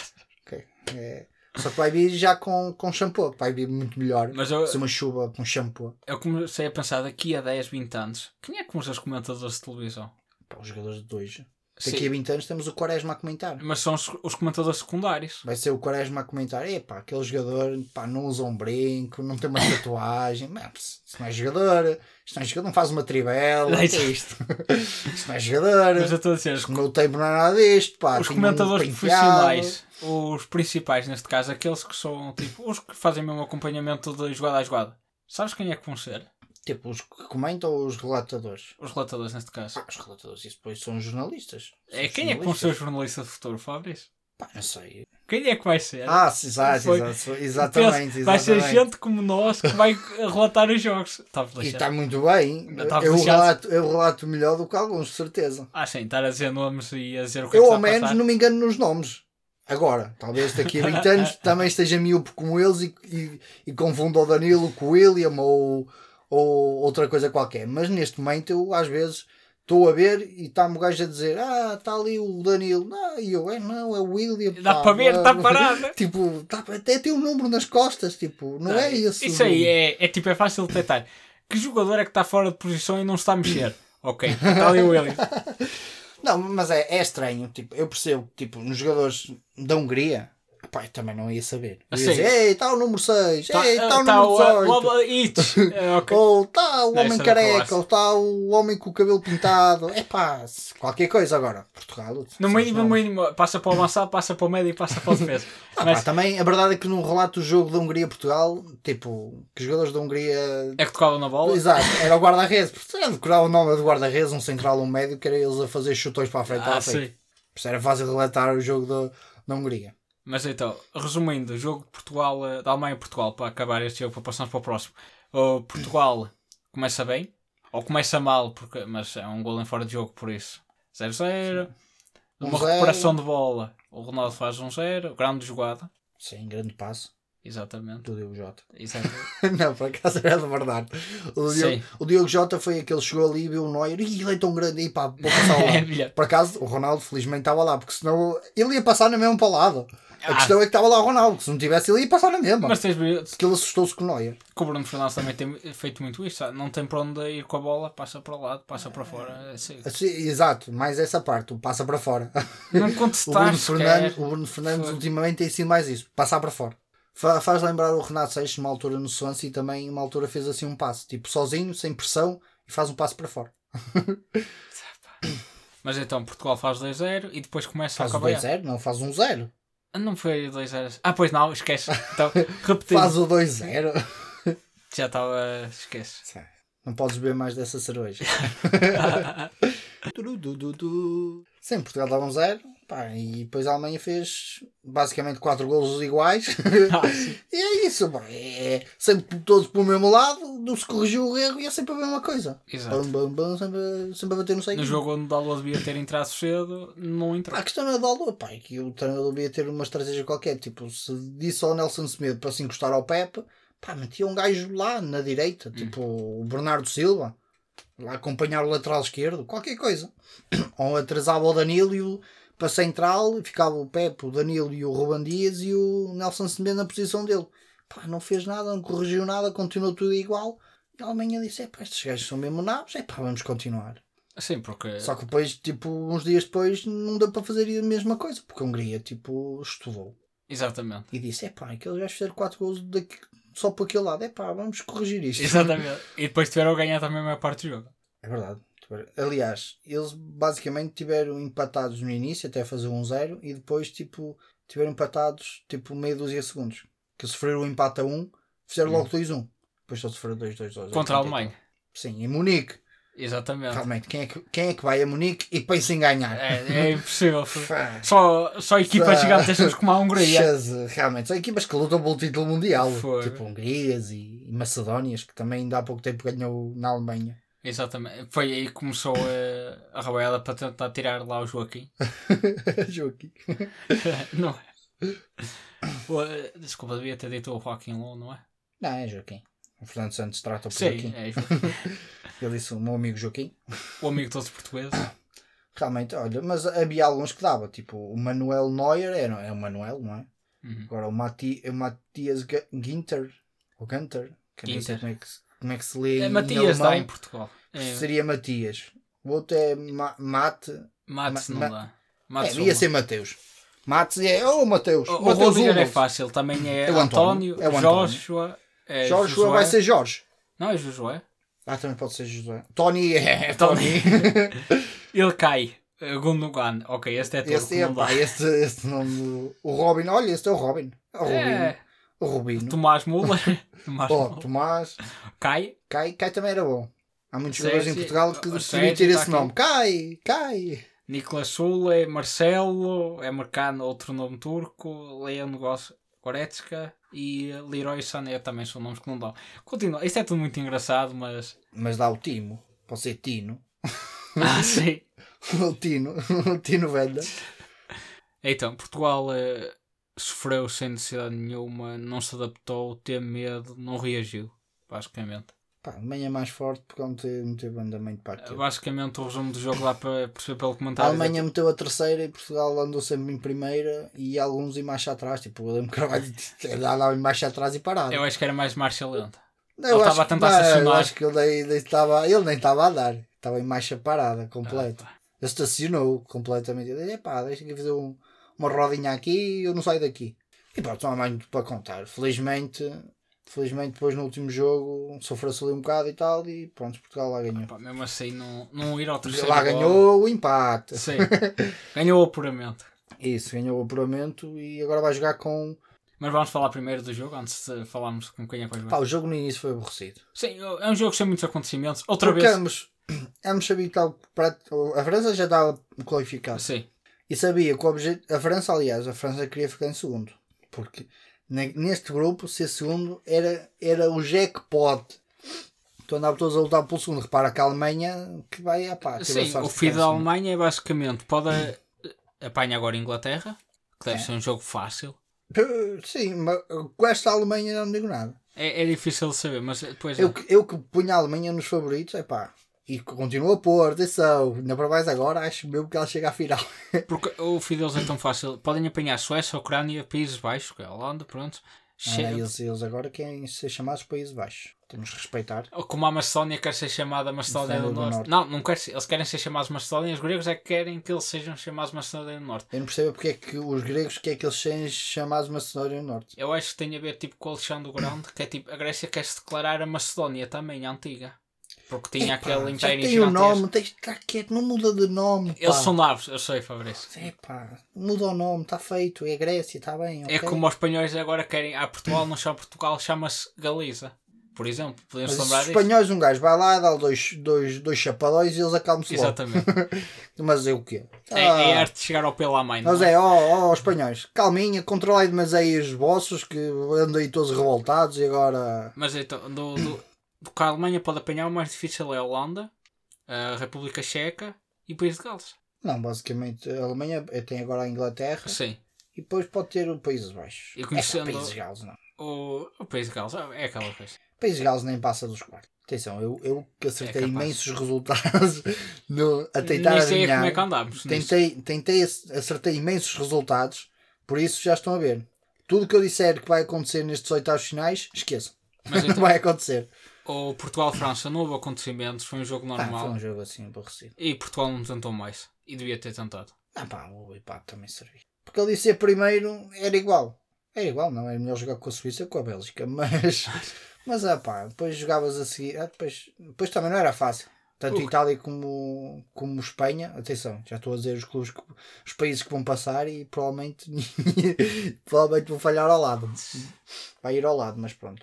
B: Ok. É, Só que vai vir já com, com shampoo, vai vir muito melhor.
A: mas eu,
B: Se uma chuva com shampoo.
A: Eu comecei a pensar daqui a 10, 20 anos, quem é que são os comentadores de televisão?
B: Pá, os jogadores de hoje.
A: Sim,
B: Daqui a 20 anos temos o Quaresma a comentar.
A: Mas são os, os comentadores secundários.
B: Vai ser o Quaresma a comentar: epá, aquele jogador pá, não usa um brinco, não tem uma tatuagem. Mas, pss, isso não é jogador, isto não é jogador, não faz uma tribela.
A: Não é
B: o que é isto? isto não é jogador.
A: Mas eu estou a dizer, os,
B: O meu tempo não é nada disto. Pá,
A: os
B: tinha um
A: comentadores
B: penteado.
A: profissionais, os principais neste caso, aqueles que são tipo os que fazem mesmo acompanhamento de jogada a jogada. Sabes quem é que vão ser?
B: Tipo, os que comentam ou os relatadores?
A: Os relatadores neste caso.
B: Ah, os relatadores, isso depois são jornalistas.
A: É,
B: São
A: quem é que vão ser os
B: jornalistas.
A: jornalistas do futuro, Fabrício?
B: Pá, não sei.
A: Quem é que vai ser?
B: Ah, sim, exato,
A: Foi-
B: exato,
A: Pensa,
B: exatamente, exatamente.
A: Vai ser gente como nós que vai relatar os jogos. Tá, Está
B: E tá-
A: lixado.
B: está muito bem.
A: Ainda está
B: Eu
A: fechado.
B: relato, eu relato melhor do que alguns, de certeza.
A: Ah, sim, estar a dizer nomes e a dizer o que é
B: Eu,
A: que
B: ao
A: está a
B: menos,
A: passar.
B: não me engano nos nomes. Agora, talvez daqui a 20 anos também esteja miúdo como eles e, e, e confunda o Danilo com o William ou, ou outra coisa qualquer. Mas neste momento eu, às vezes, estou a ver e está-me o gajo a dizer: Ah, está ali o Danilo. Não, e eu, é, não, é o William.
A: Dá
B: pá,
A: para ver,
B: blá,
A: está
B: blá."
A: parado. Tá,
B: Tipo, tá, até tem um número nas costas, tipo, não é isso.
A: Isso aí é, é tipo, é fácil detectar. Que jogador é que está fora de posição e não se está a mexer? ok, está ali o Williams.
B: Não, mas é, é estranho. Tipo, eu percebo, tipo, nos jogadores da Hungria, pá, eu também não ia saber. Eu
A: Sim.
B: ia dizer, ei, está o número 6, ei, está o
A: tá
B: número Oh,
A: o
B: 18.
A: o- o- It. É, ok.
B: Ou está o
A: Não,
B: homem
A: isso era
B: careca,
A: clássico.
B: ou está o homem com o cabelo pintado. É pá, se- qualquer coisa agora. Portugal.
A: No
B: sabes
A: mínimo,
B: lá.
A: no mínimo, passa para o avançado, passa para o médio e passa para o defesa.
B: Ah, pá,
A: Mas
B: também a verdade é que no relato do jogo da Hungria-Portugal, tipo, que os jogadores da Hungria.
A: é que tocava na bola.
B: Exato, era o guarda-redes. Portanto, decorar o nome do guarda-redes, um central, um médio, que era eles a fazer chutões para a frente. para
A: Ah,
B: a frente.
A: sim.
B: Por isso era fácil relatar o jogo da, da Hungria.
A: Mas então, resumindo, o jogo de Portugal, eh, da Alemanha e Portugal, para acabar este jogo, para passarmos para o próximo. O Portugal começa bem, ou começa mal, porque, mas é um gol em fora de jogo, por isso. 0-0. Uma
B: 1-0.
A: recuperação de bola. O Ronaldo faz 1-0. grande jogada.
B: Sim, grande passo
A: Exatamente.
B: do Diogo Jota.
A: Exatamente.
B: Não, por acaso era de verdade. O Diogo,
A: Sim.
B: o Diogo Jota foi aquele que chegou ali e viu o Neuer. Ih, ele é tão grande. E pá, vou passar
A: é
B: lá.
A: melhor.
B: Por acaso, o Ronaldo felizmente estava lá, porque senão ele ia passar na mesma para o lado. A
A: Ah.
B: questão é que estava lá o Ronaldo, que se não tivesse ele ia passar na mesma.
A: Mas tens visto
B: Porque ele assustou-se com o Neuer.
A: que o Bruno Fernandes também tem feito muito isto. sabe? Não tem para onde ir com a bola, passa para o lado, passa para fora. Assim,
B: Assim, exato, mais essa parte, o passa para fora.
A: não
B: O Bruno
A: contestar
B: Fernandes,
A: sequer.
B: o Bruno Fernandes
A: Foi.
B: ultimamente tem sido mais isso, passar para fora. Fa- faz lembrar o Renato Seixas, uma altura no Swansea, e também uma altura fez assim um passo, tipo sozinho, sem pressão, e faz um passo para fora.
A: Mas então Portugal faz 2-0 e depois começa a
B: Faz o
A: acabar.
B: 2-0, não faz um 0.
A: Ah, Não foi 2-0. Ah, pois não, esquece. Então, repetindo.
B: Faz um- o 2-0.
A: Já estava. Esquece.
B: Não podes beber mais dessa cerveja. Turudududu. Sim, Portugal dava um 0. Pá, e depois a Alemanha fez basicamente 4 golos iguais.
A: Ah, sim.
B: e é isso, pá, é sempre todos para o mesmo lado, não se corrigiu o erro e é sempre a mesma coisa.
A: Exato.
B: Bum, bum, bum, sempre, sempre a bater no
A: No
B: saquinho.
A: jogo onde o Dalot devia ter entrado cedo, não entrou.
B: Pá, a questão não é da Alua, pá, é que o treinador devia ter uma estratégia qualquer. Tipo, se disse ao Nelson Semedo para se encostar ao Pepe, pá, metia um gajo lá na direita, tipo o Bernardo Silva. lá acompanhar o lateral esquerdo, qualquer coisa. Ou atrasava o Danilo e o, para central ficava o Pepe, o Danilo e o Ruban Dias e o Nelson Semedo na posição dele. Pá, não fez nada, não corrigiu nada, continuou tudo igual. E a Alemanha disse: é pá, estes gajos são mesmo naves, é pá, vamos continuar.
A: Ah, Sim, porque.
B: Só que depois, tipo, uns dias depois, não deu para fazer a mesma coisa, porque a Hungria, tipo, estudou
A: Exatamente.
B: e disse: é pá, aqueles gajos fizeram 4 gols daqui, só para aquele lado, é pá, vamos corrigir isto.
A: Exatamente. E depois tiveram a ganhar também a maior parte do jogo.
B: É verdade. Aliás, eles basicamente tiveram empatados no início, até fazer 1-0, e depois tipo, tiveram empatados tipo meia dúzia de segundos. Que sofreram o empate a 1, fizeram logo 2-1. Depois só sofreram 2-2. aos
A: Hum. Contra a
B: 80.
A: Alemanha.
B: Sim, em Munique.
A: Exatamente.
B: Realmente, quem é, que, quem é que vai a Munique e pensa em ganhar?
A: É, é impossível.
B: Fá.
A: Só, só equipas
B: Fá.
A: gigantes temos como a Hungria.
B: Chaz- Realmente, são equipas que lutam pelo título mundial,
A: Foi.
B: tipo Hungrias e, e Macedónias, que também ainda há pouco tempo ganhou na Alemanha.
A: Exatamente. Foi aí que começou eh, a rabela para tentar tirar lá o Joaquim.
B: Joaquim.
A: não é? O, eh, Desculpa, devia ter dito o Joaquim Low, não é?
B: Não, é Joaquim. O Fernando Santos trata por
A: Sim,
B: Joaquim.
A: é Joaquim.
B: Ele disse o meu amigo Joaquim.
A: O amigo de todos os portugueses.
B: Realmente, olha, mas havia alguns que dava, tipo o Manuel Neuer, era, é o Manuel, não é?
A: Uhum.
B: Agora o, Mati, o Matias Ga- Ginter, ou Gunter, que eu nem sei
A: Ginter.
B: como é que, se- como é que se lê em,
A: É,
B: em
A: Matias dá em
B: alemão,
A: Portugal. É,
B: seria Matias. O outro é Ma Mate,
A: Matos
B: Ma-
A: não
B: Ma-
A: dá.
B: é,
A: Matos
B: ia ser Mateus. Mates é, oh Mateus,
A: O, o
B: Mateus
A: Rodiger é
B: Hummels.
A: fácil, também é,
B: É o António,
A: António,
B: é o António.
A: Joshua, é
B: Jorge
A: Josué.
B: vai ser Jorge.
A: Não, é Josué.
B: Ah, também pode ser José. Tony é Tony.
A: Tony. Ele cai. Eh, Gundogan. Ok, este é todo.
B: Este, é,
A: não dá.
B: pá, este, este nome do... O Robin, olha, este é o Robin. É O Robin.
A: É,
B: O Rubino.
A: Tomás Muller. Tomás
B: Oh,
A: Müller.
B: Tomás.
A: Cai.
B: Cai, cai também era bom. Há muitos
A: Sérgio-
B: jogadores em Portugal que
A: o
B: deveriam
A: Sérgio
B: ter
A: tá
B: esse
A: aqui.
B: nome. Cai, cai.
A: Nicolas Sule, Marcelo, é Mercano, outro nome turco, Leon Goss, Goretzka e eh, Leroy Sané também são nomes que não dão. Continua, isto é tudo muito engraçado, mas.
B: Mas dá o Timo. Pode ser Tino.
A: Ah, sim.
B: O Tino. O Tino Venda.
A: Então, Portugal eh, sofreu sem necessidade nenhuma, não se adaptou, teve medo, não reagiu, basicamente.
B: Pá, amanhã é mais forte porque não teve, não teve andamento para aquilo.
A: Basicamente, o resumo do jogo lá para perceber pelo
B: A
A: comentário.
B: Alemanha meteu a terceira e Portugal andou sempre em primeira e alguns em marcha atrás. Tipo, o Adam Carvalho andava em marcha atrás e parado.
A: Eu acho que era mais marcha lenta.
B: Não,
A: Ele
B: eu
A: estava
B: acho
A: a tentar
B: que- não, Eu
A: estacionar.
B: acho que ele, nem- nem estava- ele nem estava a andar. Estava em marcha parada,
A: Ah,
B: completa. ele estacionou completamente. Ele disse, pá, deixa aqui fazer um- uma rodinha aqui e eu não saio daqui. E pronto, não há mais muito para contar. Felizmente, felizmente depois no último jogo sofreu-se ali um bocado e tal e pronto, Portugal lá ganhou.
A: Pá, mesmo assim, não, não ir ao terceiro.
B: Lá
A: gol.
B: ganhou o empate.
A: Sim. ganhou o apuramento.
B: É Isso, ganhou o apuramento e agora vai jogar com...
A: Mas vamos falar primeiro do jogo, antes de falarmos com quem é que vai
B: Pá,
A: jogar.
B: o jogo no início foi aborrecido.
A: Sim, é um jogo sem muitos acontecimentos. Outra
B: Porque é
A: vez.
B: ambos, ambos sabiam que tal- a França já estava qualificada.
A: Sim.
B: E sabia que o objetivo. A França, aliás, a França queria ficar em segundo. Porque ne- neste grupo, ser segundo era, era o jackpot. Então andavam todos a lutar pelo segundo. Repara que a Alemanha que vai à pá. teve a
A: Sim,
B: sorte assim.
A: o
B: de
A: fim
B: ficar em
A: da
B: segundo.
A: Alemanha é basicamente. Pode. Apanha agora a Inglaterra, que deve ser um jogo fácil.
B: Eh, Sim, mas com esta Alemanha não digo nada.
A: É, é difícil de saber, mas eh, é, depois.
B: Eu, que- eu que punho a Alemanha nos favoritos, é pá. E continuo a pôr, atenção, ainda para mais agora, acho mesmo que ela chega à final.
A: Porque o fim deles é tão fácil. Podem apanhar Suécia, Ucrânia, Países Baixos, que é a Holanda, pronto. Che-
B: Ah, eles, eles agora querem ser chamados Países Baixos. Temos que respeitar.
A: Como a Macedónia quer ser chamada Macedónia do,
B: Macedónia do
A: Norte.
B: Norte.
A: Não, não quer ser. eles querem ser chamados Macedónia, os gregos é que querem que eles sejam chamados Macedónia do Norte.
B: Eu não percebo porque é que os gregos que é que eles sejam chamados Macedónia do um Norte.
A: Eu acho que tem a ver tipo com o Alexandre o Grande, que é tipo, a Grécia quer se declarar a Macedónia também, a antiga. Porque tinha
B: Epá,
A: aquele
B: já
A: império
B: tem o
A: gigantesco.
B: nome, tens de estar quieto, não muda de nome.
A: Eles
B: pá.
A: são naves, eu sei, Fabrício.
B: Epá, muda o nome, está feito, é Grécia, está bem.
A: É
B: ok.
A: como os espanhóis agora querem. Ah, Portugal não chama Portugal, chama-se Galiza. Por exemplo,
B: Mas
A: podemos
B: se os
A: lembrar disso.
B: espanhóis, um gajo vai lá, dá dois, dois, dois chapadões e eles acalmam-se logo.
A: Exatamente.
B: Mas é o quê?
A: É, é
B: Ah,
A: arte de chegar ao pé lá, mãe. não
B: Mas
A: é?
B: é, ó, ó, espanhóis, calminha, controlai mas aí os vossos que andam aí todos revoltados e agora.
A: Mas então, do, do, do que a Alemanha pode apanhar, o mais difícil é a Holanda, a República Checa e o País de Gales.
B: Não, basicamente, a Alemanha eh, tem agora a Inglaterra
A: Sim.
B: e depois pode ter o Países Baixos.
A: E
B: É,
A: conhecendo-
B: pá, Países Galos, não.
A: O, o País de Gales é aquela coisa.
B: País Gales nem passa dos quartos. Atenção, eu, eu que acertei
A: É capaz.
B: imensos resultados no, a tentar
A: Nem sei é como é
B: adivinhar.
A: que andámos. nisto.
B: Tentei, tentei, ac- acertei imensos resultados, por isso já estão a ver. Tudo que eu disser que vai acontecer nestes oitavos finais, esqueçam.
A: Mas
B: Não
A: então,
B: vai acontecer.
A: o Portugal-França não houve acontecimentos, foi um jogo
B: Ah, foi
A: normal.
B: um jogo assim aborrecido.
A: E Portugal não tentou mais. E devia ter tentado.
B: Ah pá, o empate também servia. Porque ali ser primeiro era igual. Era igual, não era melhor jogar com a Suíça que com a Bélgica, mas... Mas ah pá, depois jogavas a seguir... Ah, depois, depois também não era fácil. Tanto
A: O-
B: Itália como, como Espanha, atenção, já estou a dizer os clubes, que- os países que vão passar e provavelmente, provavelmente vão falhar ao lado. Vai ir ao lado, mas pronto.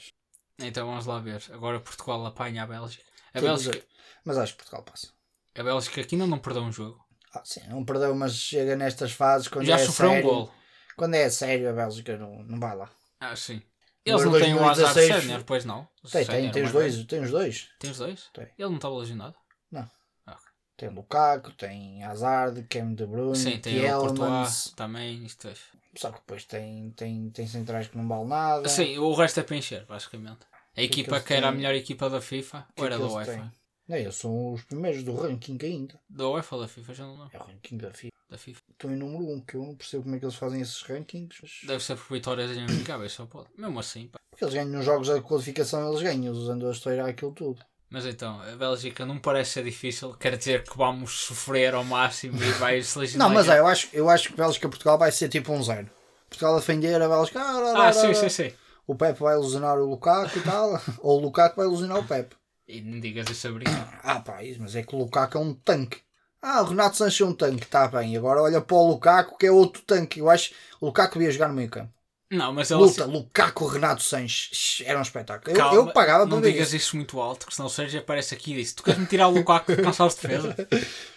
A: Então vamos lá ver. Agora Portugal apanha a Bélgica. A
B: Sim,
A: Bélgica,
B: Mas acho que Portugal passa.
A: a Bélgica aqui ainda não perdeu um jogo.
B: Ah, sim, não perdeu, mas chega nestas fases quando
A: Já
B: é
A: sofreu um
B: sério.
A: gol.
B: Quando é sério, a Bélgica não, não vai lá.
A: Ah, sim.
B: No
A: Eles não
B: Euro
A: têm o Azar
B: 2016.
A: Sénior, pois não? O
B: Tem, tem,
A: Sénior,
B: tem
A: mas-
B: os dois, tem os dois.
A: Tem os dois?
B: Tem.
A: Ele não estava lesionado?
B: Tem Lukaku, tem Hazard, Kevin De Bruyne,
A: Sim, tem o Courtois
B: Tielemans.
A: também. Isto é.
B: Só que depois tem, tem, tem centrais que não vale nada.
A: Sim, o resto é para encher, basicamente. A
B: que
A: equipa
B: eles
A: que, era a
B: têm?
A: melhor equipa da FIFA
B: que
A: ou era
B: é que
A: da
B: eles
A: UEFA?
B: têm? Não, eles são os primeiros do ranking ainda.
A: Da UEFA ou da FIFA? Já não lembro.
B: É o ranking da FIFA.
A: Da FIFA.
B: Estão em número 1, um, que eu não percebo como é que eles fazem esses rankings. mas-
A: Deve ser por vitórias inamigáveis, só pode. Mesmo assim, pá.
B: Porque eles ganham nos jogos da qualificação, eles ganham, usando a estourar aquilo tudo.
A: Mas então, a Bélgica não parece ser difícil. Quer dizer que vamos sofrer ao máximo e vai se lesionar.
B: Não, mas é,
A: gente.
B: eu acho, eu acho que Bélgica-Portugal vai ser tipo um zero. Portugal a defender, a Bélgica... Ah, lá, lá, lá,
A: Ah, sim,
B: lá.
A: sim, sim.
B: O Pepe vai ilusionar o Lukaku e tal. ou o Lukaku vai ilusionar o Pepe.
A: E não digas isso a brincar.
B: Ah, pá, isso, mas é que o Lukaku é um tanque. Ah, o Renato Sanches é um tanque, está bem. Agora olha para o Lukaku, que é outro tanque. Eu acho que o Lukaku devia jogar no meio campo.
A: Não, mas ele. assim,
B: Luta, Lukaku, Renato Sanches. Shhh, Era um espetáculo. Eu,
A: Então, Calma,
B: eu pagava
A: não
B: para ver
A: digas
B: isso.
A: isso muito alto, que senão o Sérgio aparece aqui e diz: Tu queres me tirar o Lukaku de cansar de defesa?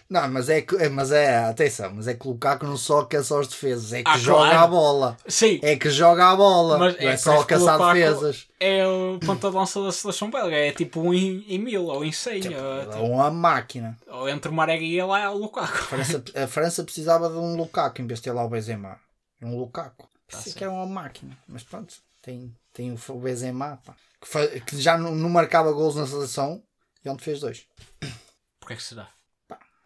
B: Não, mas é que, é- mas é, atenção, mas é que o Lukaku não só quer só os defesas, é que
A: Ah,
B: joga
A: claro.
B: a bola.
A: Sim,
B: É que joga a bola.
A: Mas
B: não
A: é
B: é,
A: por
B: só
A: isso que o
B: caçar
A: Lukaku-
B: defesas.
A: é o ponta de lança da seleção belga, é tipo um em, em mil ou em cem, ou,
B: É uma máquina.
A: tipo, ou entre o Marega e ele é o Lukaku.
B: A França, a França precisava de um Lukaku em vez de ter lá o Benzema. Era Um Lukaku. Parecia
A: certo.
B: que era uma máquina. Mas pronto, tem, tem o Benzema pá, que, fa- que já não, não marcava gols na seleção e onde fez dois.
A: Porquê é que será?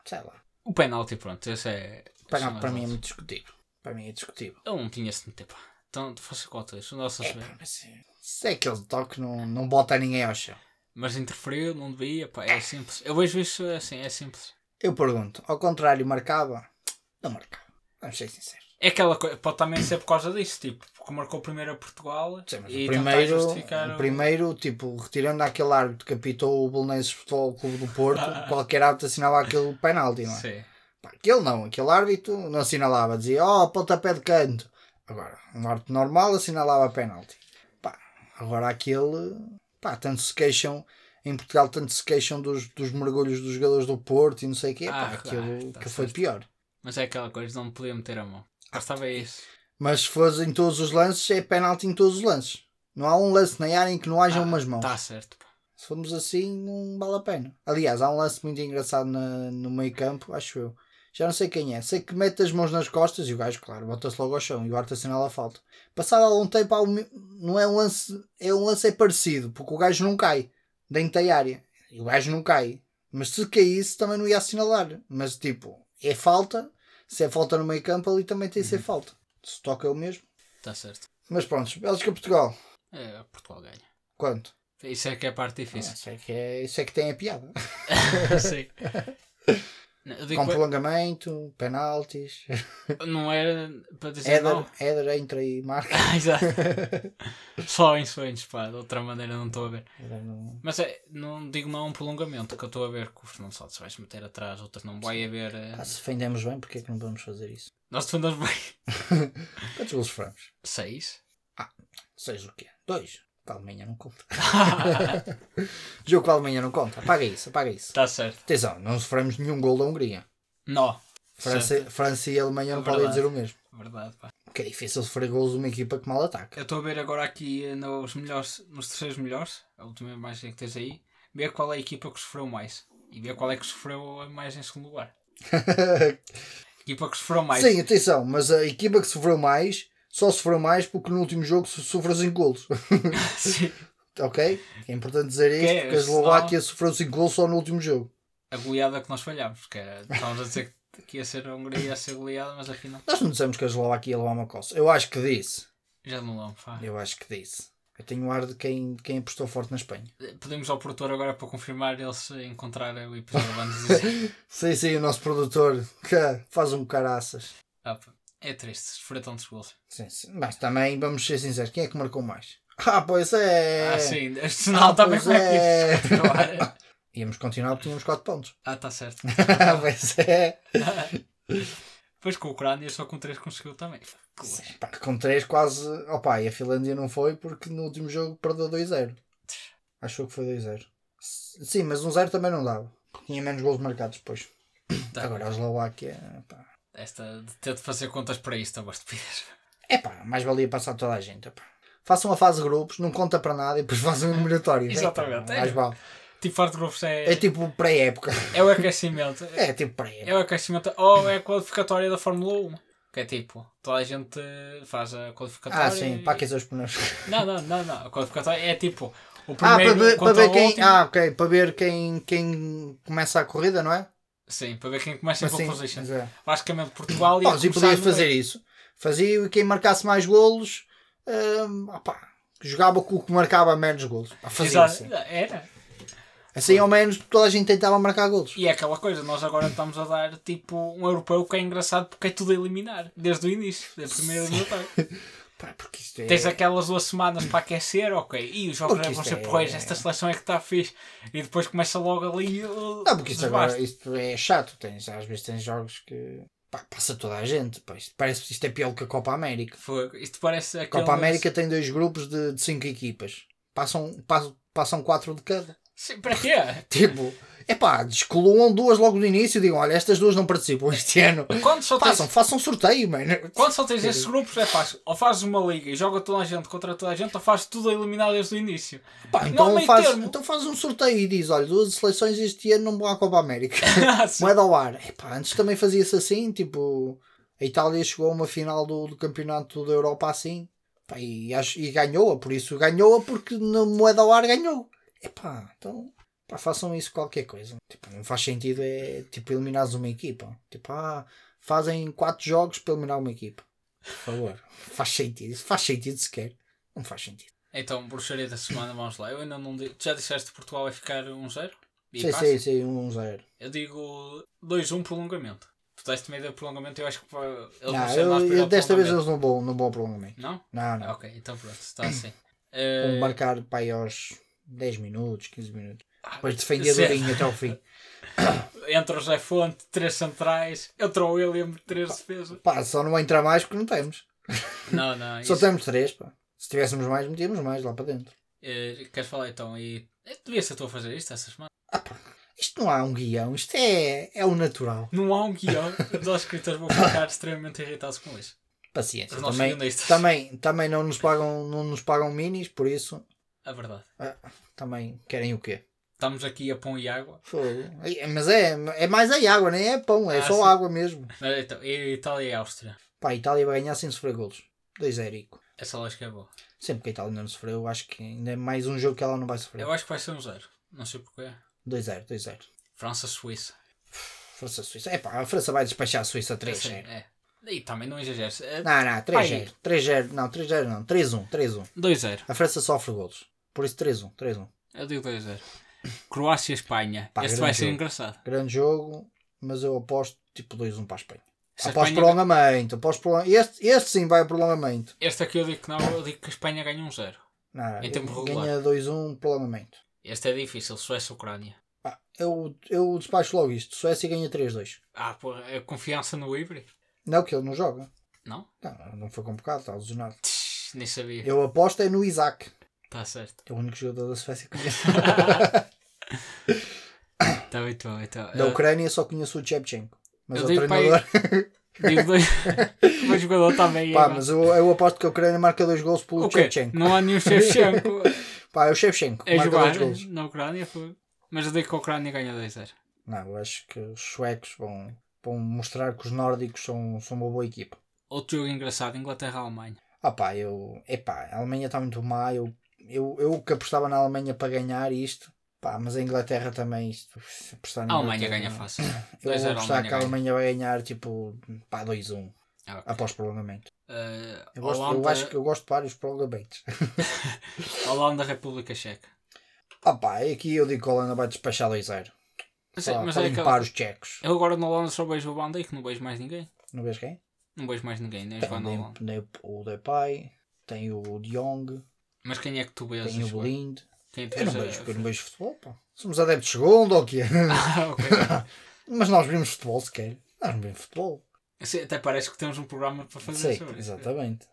B: Sei lá.
A: O penalti, pronto, esse é.
B: Para,
A: são as
B: para mim é
A: outras.
B: muito discutível. Para mim é discutível.
A: Ele não tinha esse tempo. Então, faça conta, isso não se
B: É,
A: vê.
B: pá, mas é- se é aquele toque, não, não bota ninguém ao chão.
A: Mas interferiu, não devia, pá, é simples. Eu vejo isso assim, é simples.
B: Eu pergunto, ao contrário, marcava? Não marcava. Vamos ser sinceros.
A: É aquela coisa, pode também ser por causa disso, tipo, porque marcou primeiro a Portugal
B: Sim, mas
A: e
B: o
A: tentar
B: primeiro,
A: justificar.
B: o
A: o-
B: primeiro, tipo, retirando aquele árbitro que apitou o Belenenses Futebol Clube do Porto, qualquer árbitro assinava aquele penalti, não é?
A: Sim.
B: Pá, aquele não, aquele árbitro não assinalava, dizia, oh, pontapé de canto. Agora, um árbitro normal assinalava penalti. Pá, agora aquele, pá, tanto se queixam, em Portugal tanto se queixam dos, dos mergulhos dos jogadores do Porto e não sei o quê, pá,
A: Ah, claro,
B: aquilo
A: tá
B: que foi
A: certo.
B: pior.
A: Mas é aquela coisa, não podia meter a mão.
B: Ah,
A: Bastava isso.
B: Mas se fores em todos os lances, é penalti em todos os lances. Não há um lance na área em que não haja
A: Ah,
B: umas mãos.
A: Está certo, pá.
B: Se formos assim, não vale a pena. Aliás, há um lance muito engraçado na- no meio campo, acho eu. Já não sei quem é. Sei que mete as mãos nas costas e o gajo, claro, bota-se logo ao chão e o árbitro assinala a falta. Passado algum tempo, há um- não é um lance, é um lance é parecido, porque o gajo não cai dentro da área. E o gajo não cai. Mas se caísse, também não ia assinalar. Mas tipo, é falta. Se é falta no meio campo, ali também tem de ser falta. Se toca é o mesmo.
A: Está tá certo.
B: Mas pronto, Bélgica-Portugal.
A: É, Portugal ganha.
B: Quanto?
A: Isso é que é a parte difícil.
B: Isso é que, é, isso é que tem a piada. Ah.
A: Sim. Não, eu digo,
B: Com prolongamento, penaltis.
A: não era para dizer
B: Éder,
A: não.
B: Éder entra e marca.
A: Ah, exato. Só em sonhos, pá. De outra maneira não estou a ver.
B: Éder não-
A: Mas é, não digo não a um prolongamento, que eu estou a ver que o Fernando Salles vais meter atrás, outras não vai haver. eh,
B: Ah, se defendemos bem, porque é que não vamos fazer isso?
A: Nós defendemos bem.
B: Quantos gols fomos?
A: Seis.
B: Seis o quê? Dois. Com a Alemanha não conta. Jogo com a Alemanha não conta. Apaga isso, apaga isso.
A: Está certo.
B: Atenção, não sofremos nenhum gol da Hungria.
A: Não.
B: França, França e Alemanha não
A: É
B: podem
A: verdade.
B: dizer o mesmo.
A: Verdade, pá.
B: Que é difícil sofrer gols de uma equipa que mal ataca.
A: Eu estou a ver agora aqui eh, nos melhores, nos terceiros melhores, a última imagem que tens aí, ver qual é a equipa que sofreu mais. E ver qual é que sofreu mais em segundo lugar. Equipa que sofreu mais.
B: Sim, atenção, mas a equipa que sofreu mais, só sofreu mais porque no último jogo so- sofreu 5 golos.
A: Sim.
B: ok? É importante dizer isto,
A: Que é,
B: porque a Eslováquia sofreu 5 gols só no último jogo.
A: A goleada que nós falhámos, que era. Estávamos a dizer que ia ser a Hungria ia ser goleada, mas afinal.
B: Nós não dissemos que a Eslováquia ia levar uma coça. Eu acho que disse.
A: Já não lembro, pá.
B: Eu acho que disse. Eu tenho o ar de quem, de quem apostou forte na Espanha.
A: Pedimos ao produtor agora para confirmar ele se encontrar o episódio antes de dizer.
B: Sei, sei, o nosso produtor que faz um caraças.
A: Ah, pá, é triste, esfretão de gols.
B: Sim, sim. Mas também, vamos ser sinceros, quem é que marcou mais? Ah, pois é!
A: Ah, sim, este sinal está bem
B: pois
A: como é
B: é.
A: que isto continuar.
B: Íamos continuar porque tínhamos 4 pontos.
A: Ah, está certo.
B: Ah, pois é!
A: Depois com a Ucrânia, só com 3 conseguiu também. Golas.
B: Pá, com 3 quase. Opa, e a Finlândia não foi porque no último jogo perdeu 2-0. Achou que foi 2-0. S- Sim, mas 1-0 também não dava. Tinha menos gols marcados depois.
A: Tá.
B: Agora a Eslováquia. Pá.
A: Esta de ter de fazer contas para isto, é uma estupidez.
B: É pá, mais valia passar toda a gente. Epá. Façam a fase de grupos, não conta para nada e depois façam um eliminatórias.
A: Exatamente,
B: Epá,
A: é.
B: mais vale.
A: Tipo, parte de grupos é,
B: É tipo pré-época.
A: é o aquecimento.
B: É tipo pré-época.
A: É o aquecimento. Ou é a qualificatória da Fórmula 1. Que é tipo, toda a gente faz a qualificatória.
B: Ah, sim,
A: e-
B: para aquecer os pneus.
A: Não, não, não, não. A qualificatória é tipo, o
B: Ah, para
A: primeiro
B: ver, para
A: contra
B: ver
A: o
B: quem.
A: último.
B: Ah, ok, para ver quem, quem começa a corrida, não é?
A: Sim, para ver quem começa
B: Mas
A: em
B: sim,
A: pole position.
B: mas é.
A: Basicamente, Portugal ia
B: Pá, e
A: começar
B: podias
A: no
B: fazer isso. Fazia e quem marcasse mais golos hum, opá, jogava com o que marcava menos golos. Pá,
A: meio.
B: Fazia
A: Exato,
B: assim.
A: Era.
B: Assim ao menos toda a gente tentava marcar golos.
A: E é aquela coisa, nós agora estamos a dar tipo um europeu que é engraçado porque é tudo a eliminar, desde o início, desde a primeira eliminatória.
B: Pá, porque isto é.
A: Tens aquelas duas semanas para aquecer, ok. E os jogos
B: Porque
A: vão
B: isto
A: ser
B: é-
A: porreiros, esta seleção é que está fixe. E depois começa logo ali o.
B: Não, porque isto, agora,
A: desbaste.
B: isto é chato. Tens, às vezes tens jogos que pá, passa toda a gente. Pá, isto parece que isto é pior que a Copa América.
A: Fogo. Isto parece
B: A
A: aquele.
B: Copa América tem dois grupos de, de cinco equipas. Passam, passam, passam quatro de cada.
A: Sim, para quê?
B: Tipo, é pá, descoluam duas logo no início e digam: olha, estas duas não participam este ano.
A: Quando só tens,
B: Façam, façam sorteio, mano.
A: quando só tens esses grupos, é fácil. Ou fazes uma liga e joga toda a gente contra toda a gente, ou fazes tudo a eliminar desde o início.
B: Pá,
A: não
B: então,
A: meio
B: faz,
A: termo.
B: então faz um sorteio e diz: olha, duas seleções este ano não vão à Copa América.
A: Ah, Sim.
B: Moeda ao ar. Epá, antes também fazia-se assim, tipo, a Itália chegou a uma final do, do campeonato da Europa assim Epá, e, acho- e ganhou-a, por isso ganhou-a porque na moeda ao ar ganhou. Epá, então pá, façam isso qualquer coisa. Tipo, não faz sentido é tipo eliminares uma equipa. Tipo, ah, fazem quatro jogos para eliminar uma equipa. Por favor, faz sentido. Isso faz sentido sequer. Não faz sentido.
A: Então, bruxaria da semana, vamos lá. Eu ainda não digo. Tu já disseste que Portugal vai ficar 1-0? E
B: Sei,
A: passa?
B: sei, sei, um zero.
A: Eu digo 2-1 prolongamento. Tu deste meio de prolongamento, eu acho que pá, eles vão
B: Não,
A: ser mais
B: eu,
A: para ir
B: eu
A: ao
B: desta vez
A: prolongamento.
B: eles não vão, não vão ao prolongamento.
A: Não?
B: Não, não.
A: Ah, ok, então pronto,
B: Hum.
A: está assim.
B: Vão
A: Eh,
B: marcar para aí aos 10 minutos, 15 minutos.
A: ah,
B: Depois defender
A: Zé-
B: durinho até ao fim.
A: Entra o José Fonte, três centrais, entra o William, três defesas.
B: Pá, só não entra mais porque não temos.
A: Não, não,
B: Só
A: É isso.
B: temos 3, pá. Se tivéssemos mais, metíamos mais lá para dentro.
A: Eh, queres falar então? E eh, devia ser tu a fazer isto essa semana?
B: Isto não há um guião, isto é, é o natural.
A: Não há um guião, os escritores vão ficar extremamente irritados com isso.
B: Paciência.
A: Os nossos
B: Também,
A: guionistas.
B: também, também não, nos pagam, não nos pagam minis, por isso
A: A É verdade.
B: também querem o quê?
A: Estamos aqui a pão e água.
B: Fogo. É, Mas é, é mais a água, nem é pão, é
A: Ah,
B: só
A: sim.
B: água mesmo.
A: Mas, então, e Itália e Áustria?
B: Pá, a Itália vai ganhar sem sofrer golos. 2-0, Ico.
A: Essa lógica é boa.
B: Sempre que a Itália não sofreu, acho que ainda é mais um jogo que ela não vai sofrer.
A: Eu acho que vai ser um zero. Não sei porquê.
B: 2-0, 2-0.
A: França-Suíça.
B: França Suíça. É pá, a França vai despachar a Suíça 3-0.
A: É. E também não exageres. É
B: Não, não, 3-0. 3-0, não, 3-0 não. 3-1, 3-1.
A: 2-0.
B: A França sofre golos. Por isso 3-1, 3-1.
A: Eu digo 2-0. Croácia-Espanha.
B: Pá,
A: Este
B: grande
A: vai ser
B: jogo.
A: engraçado.
B: Grande jogo, mas eu aposto tipo 2-1 para a Espanha.
A: Se a
B: após
A: Espanha-
B: prolongamento, após prolongamento. Este, este sim vai a prolongamento.
A: Este aqui eu digo que não, eu digo que a Espanha ganha um 0.
B: Não,
A: Em tempo
B: ganha 2-1 prolongamento.
A: Este é difícil, Suécia-Ucrânia.
B: Pá, eu, eu despacho logo isto. Suécia ganha 3-2.
A: Ah, porra, é confiança no Ibri?
B: Não que ele não joga.
A: Não?
B: Não, não foi convocado, está lesionado.
A: Tch, nem sabia.
B: Eu aposto é no Isaac.
A: Está certo.
B: É o único jogador da Suécia que conheço.
A: Está bem, então. então.
B: Da
A: Eu
B: Ucrânia só conheço o Shevchenko. Mas
A: Eu
B: o
A: digo para
B: treinador.
A: digo dois... o meu jogador também.
B: Pá,
A: é,
B: mas eu, eu aposto que a Ucrânia marca dois gols pelo
A: O quê?
B: Shevchenko.
A: Não há nenhum Shevchenko
B: Pá, é o Shevchenko.
A: a
B: marca
A: jogar
B: dois gols.
A: na Ucrânia. Foi. Mas eu digo que a Ucrânia ganha 2-0.
B: Não, eu acho que os suecos vão, vão mostrar que os nórdicos são, são uma boa equipa.
A: Outro jogo engraçado, Inglaterra-Alemanha.
B: Ah pá, eu... Epá, a Alemanha está muito má. Eu eu, eu que apostava na Alemanha para ganhar isto, pá, mas a Inglaterra também isto. apostar na
A: A Alemanha
B: Inglaterra,
A: ganha fácil.
B: Eu
A: 2-0
B: vou
A: a
B: apostar que a
A: Alemanha
B: Alemanha vai ganhar tipo pá, 2-1
A: Ah, ok.
B: após prolongamento.
A: Eh,
B: um Eu, gosto,
A: Holanda,
B: eu acho que eu gosto de vários prolongamentos.
A: Holanda, República Checa.
B: Ah pá, aqui eu digo que a Holanda vai despachar 2-0.
A: Mas,
B: Para,
A: é- mas
B: para
A: é
B: limpar
A: aquela...
B: os tchecos.
A: Eu agora na Holanda só vejo o Van Dijk, não vejo mais ninguém.
B: Não vês quem?
A: Não vejo mais ninguém, nem
B: Tem
A: jogar na
B: o
A: Holanda.
B: Nep- Nep- o Depay, tem o De Jong,
A: Mas quem é que tu vês?
B: tem
A: a
B: o
A: jogar?
B: Blind.
A: Quem é tu
B: Eu não
A: vês a-
B: vejo, porque eu não vejo futebol, pá. Somos adeptos de segundo ou quê?
A: Ah, ok.
B: Mas nós vimos futebol sequer. Nós não vimos futebol.
A: Assim, Até parece que temos um programa para fazer
B: Sei,
A: sobre isso.
B: exatamente.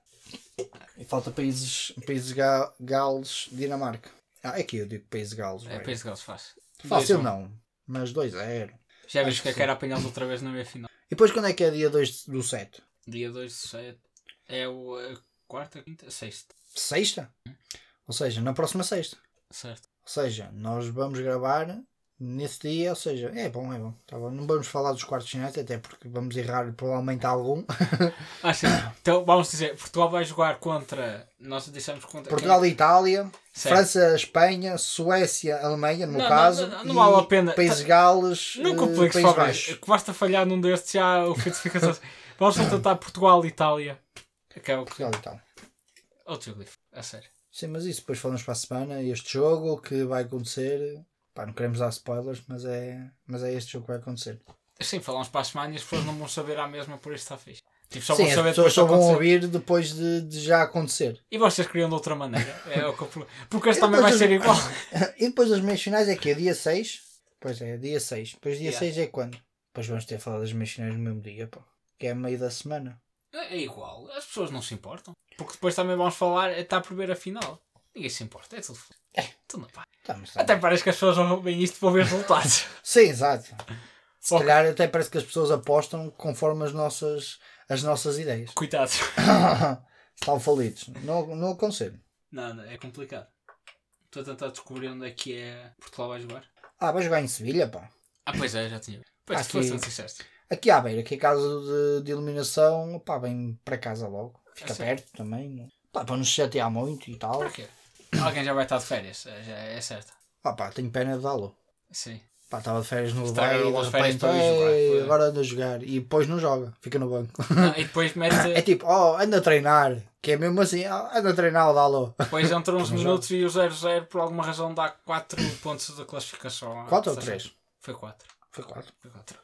B: E falta países, países ga Gales, Dinamarca. Ah, é que eu digo países Gales.
A: É
B: vai.
A: para isso que eles fazem.
B: Fácil
A: Dois, um.
B: não, mas 2-0.
A: Já vimos
B: Acho
A: que é
B: que
A: que era apanhá-los outra vez na meia final.
B: E depois quando é que é dia 2 do 7?
A: Dia 2 de 7. É o a quarta, quinta, sexta.
B: Sexta? Ou seja, na próxima sexta.
A: Certo.
B: Ou seja, nós vamos gravar nesse dia, ou seja, é bom, é bom. Tá bom. Não vamos falar dos quartos de finais, até porque vamos errar provavelmente algum.
A: Ah, sim. Então vamos dizer, Portugal vai jogar contra. Nós dissemos contra.
B: Portugal e Itália,
A: quem? Certo.
B: França, Espanha, Suécia, Alemanha, no meu
A: Não, não,
B: caso.
A: não, não vale
B: e
A: a pena.
B: Países
A: Tá-
B: Gales,
A: Não
B: eh,
A: compliques,
B: Países
A: Fabrício.
B: Baixos.
A: Que basta falhar num destes já o feito fica só. assim. Vamos só tentar Portugal e Itália. é Acaba com.
B: Portugal e Itália.
A: Outro Glifo, a sério.
B: Sim, mas isso depois falamos para a semana. Este jogo que vai acontecer. Pá, não queremos dar spoilers, mas é, mas é este jogo que vai acontecer.
A: Sim, falamos para a semana e as pessoas não vão saber à mesma, por isso está fixe. Tipo, só
B: Sim,
A: vão
B: as
A: saber depois
B: pessoas só
A: só
B: vão
A: acontecer.
B: ouvir depois de, de já acontecer.
A: E vocês queriam de outra maneira. É o que eu... pro- Porque este
B: Eu
A: também vai
B: depois-
A: ser igual.
B: E depois das meias finais é que é dia 6. Pois é, dia 6. Depois dia
A: Yeah.
B: 6 é quando? Depois vamos ter falado das meias finais no mesmo dia, pá. Que é meio da semana.
A: É igual. As pessoas não se importam. Porque depois também vamos falar, está a primeira final. Ninguém se importa, é tudo. f- Tudo na paz.
B: Tá, mas tá.
A: Até parece que as pessoas ouvem isto para ver resultados.
B: Sim, exato. Se
A: Ok.
B: calhar até parece que as pessoas apostam conforme as nossas, as nossas ideias.
A: Coitados.
B: Estão falidos. Não, não aconselho.
A: Não, não, é complicado. Estou a tentar descobrir onde é que é Portugal vai jogar.
B: Ah, vai jogar em Sevilha, pá.
A: Ah, pois é, já tinha. Pois assim,
B: Aqui.
A: tu foste onde disseste.
B: Aqui à beira, aqui a casa de, de iluminação, pá, vem para casa logo. Fica
A: Ah, sim.
B: perto também. Pá, para não se chatear muito e tal.
A: Para quê? Alguém já vai estar de férias, é, já é certo.
B: Ah, pá, tenho pena de dá-lo.
A: Sim.
B: Pá, estava de férias no
A: Estragaram
B: Dubai e de
A: as férias
B: repente,
A: para vir jogar,
B: "Ei,
A: foi."
B: agora anda a jogar. E depois não joga, fica no banco.
A: Não, e depois
B: É
A: mete.
B: tipo, oh, anda a treinar. Que é mesmo assim, "Ah, anda a treinar o Dalo.
A: Depois entram uns
B: Não joga.
A: minutos e o 0-0 por alguma razão dá 4 pontos da classificação.
B: 4 ou 3?
A: Foi 4.
B: Foi 4.
A: Foi 4.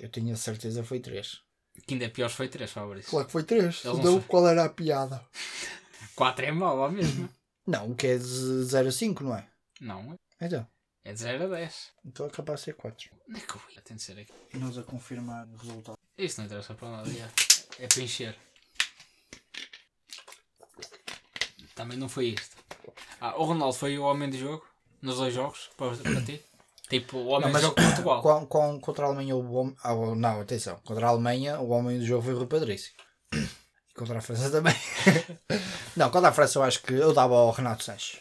B: Eu tinha certeza foi 3.
A: Que ainda é pior foi 3, Fabrício.
B: Claro que foi 3.
A: Eles não
B: Então
A: sabem.
B: qual era a piada?
A: 4 é mau, ao mesmo.
B: Não, o que é de 0 a 5, não é?
A: Não,
B: Então,
A: é de 0 a 10.
B: então é capaz de ser 4.
A: Onde é que eu ia? Tem de ser aqui.
B: E nós a confirmar o resultado.
A: Isso não interessa para nada, já. É para encher. Também não foi isto. Ah, o Ronaldo foi o homem de jogo nos dois jogos, para, para ti. Tipo, o homem
B: Não, mas-
A: de jogo de Portugal.
B: Com, com- contra a Alemanha, o homem. ah, o- não, atenção. Contra a Alemanha, o homem do jogo foi o Rui Patrício. E contra a França também. não, contra a França, eu acho que eu dava ao Renato Sanches.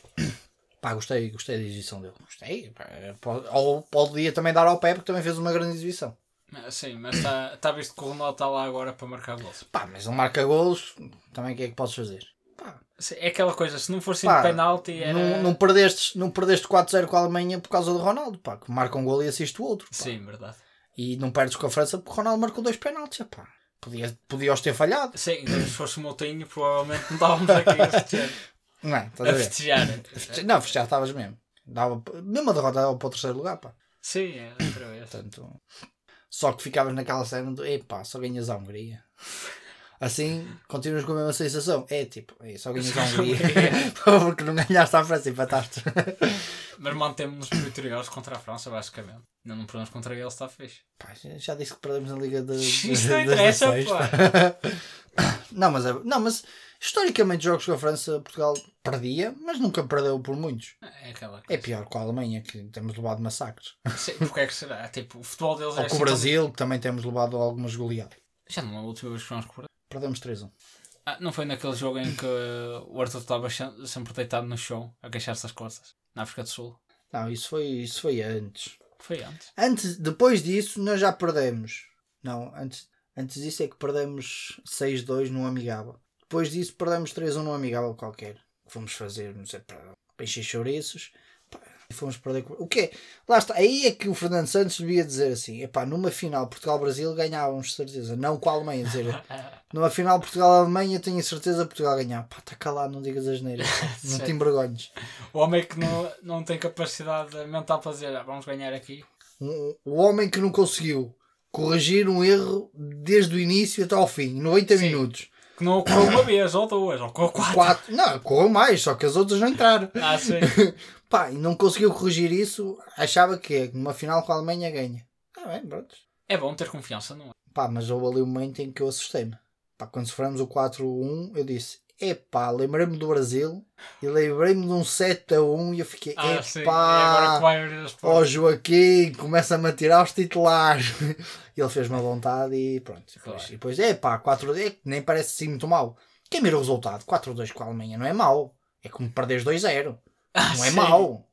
B: Pá, gostei, gostei da exibição dele. Gostei. pá, pode- ou podia também dar ao Pepe, que também fez uma grande exibição.
A: Ah, Sim, mas está tá visto que o Ronaldo está lá agora para marcar gols.
B: Pá, mas não marca golos, também o que é que podes fazer? Pá,
A: Sim, É aquela coisa, se não fosse
B: Pá,
A: de penalti era...
B: não, não perdestes, não perdeste 4-0 com a Alemanha por causa do Ronaldo, pá, que marca um gol e assiste o outro. pá.
A: Sim, verdade.
B: E não perdes com a França porque o Ronaldo marcou dois penaltis, pá. Podia, podia os ter falhado.
A: Sim, então, se fosse o Moutinho provavelmente não estávamos aqui a festejar.
B: Não é? Estás a
A: A
B: ver?
A: festejar. então.
B: Feste- Não, festejar estavas mesmo. Dava, mesmo a derrota dava para o terceiro lugar, pá.
A: Sim, é, outra vez.
B: Portanto, só que ficavas naquela cena do epá, só ganhas a Hungria. Assim, continuas com a mesma sensação. É tipo, "Ei, só ganhas a Hungria. Porque não ganhaste à França e empataste.
A: Mas mantemos-nos vitoriosos contra a França, basicamente. Não, não perdemos contra eles, está fixe.
B: Pá, já- já disse que perdemos na Liga da
A: Isto não
B: das
A: interessa,
B: Nações,
A: pá.
B: Não mas, é- não, mas historicamente, jogos com a França, Portugal perdia, mas nunca perdeu por muitos.
A: É aquela coisa.
B: É pior com a Alemanha, que temos levado massacres.
A: Sim, porque é que será? Tipo, o futebol deles é
B: Ou com o
A: tão-
B: Brasil, que também temos levado algumas goleadas.
A: Já não é a última vez que fomos com o Brasil.
B: Perdemos 3-1.
A: Ah, não foi naquele jogo em que o Arthur estava se- sempre deitado no chão a queixar-se das costas, na África do Sul.
B: Não, isso foi, isso foi antes.
A: Foi antes.
B: antes. Depois disso, nós já perdemos. Não, antes, antes disso é que perdemos um 6-2 no Amigável. Depois disso, perdemos 3-1 no Amigável qualquer. Fomos fazer, não sei, para para encher chouriços. Pá, e fomos perder. com- O que é? Lá está. Aí é que o Fernando Santos devia dizer assim: epá, numa final Portugal-Brasil ganhávamos, de certeza. Não com a Alemanha. Dizer, numa final Portugal-Alemanha tenho a certeza que Portugal ganhava. Pá, está calado, não digas as neiras. não te
A: Certo.
B: envergonhes.
A: O homem é que não, não tem capacidade mental para dizer "Ah, vamos ganhar aqui.
B: Um- O homem que não conseguiu corrigir um erro desde o início até ao fim, 90
A: Sim. Ah, tá.
B: minutos.
A: Que não ocorreu uma vez, ou duas, ou quatro.
B: Quatro. Não, correu mais, só que as outras não entraram.
A: Ah, sim.
B: Pá, e não conseguiu corrigir isso, achava que é, numa final com a Alemanha ganha. Ah, bem, pronto.
A: É bom ter confiança, não é?
B: Pá, mas houve ali um momento em que eu assustei-me. Pá, quando sofremos o 4-1, eu disse: epá, lembrei-me do Brasil e lembrei-me de um 7-1 e eu fiquei:
A: Ah, sim. É agora que
B: epá,
A: vai abrir as
B: ó
A: portas.
B: Joaquim, começa-me a tirar os titulares. E ele fez-me à vontade e pronto. E depois,
A: Claro.
B: e depois epá, 4 é que nem parece assim muito mal. Quem mira o resultado? 4-2 com a Alemanha não é mau. É como perderes 2-0.
A: Ah,
B: Não é
A: sim.
B: mau.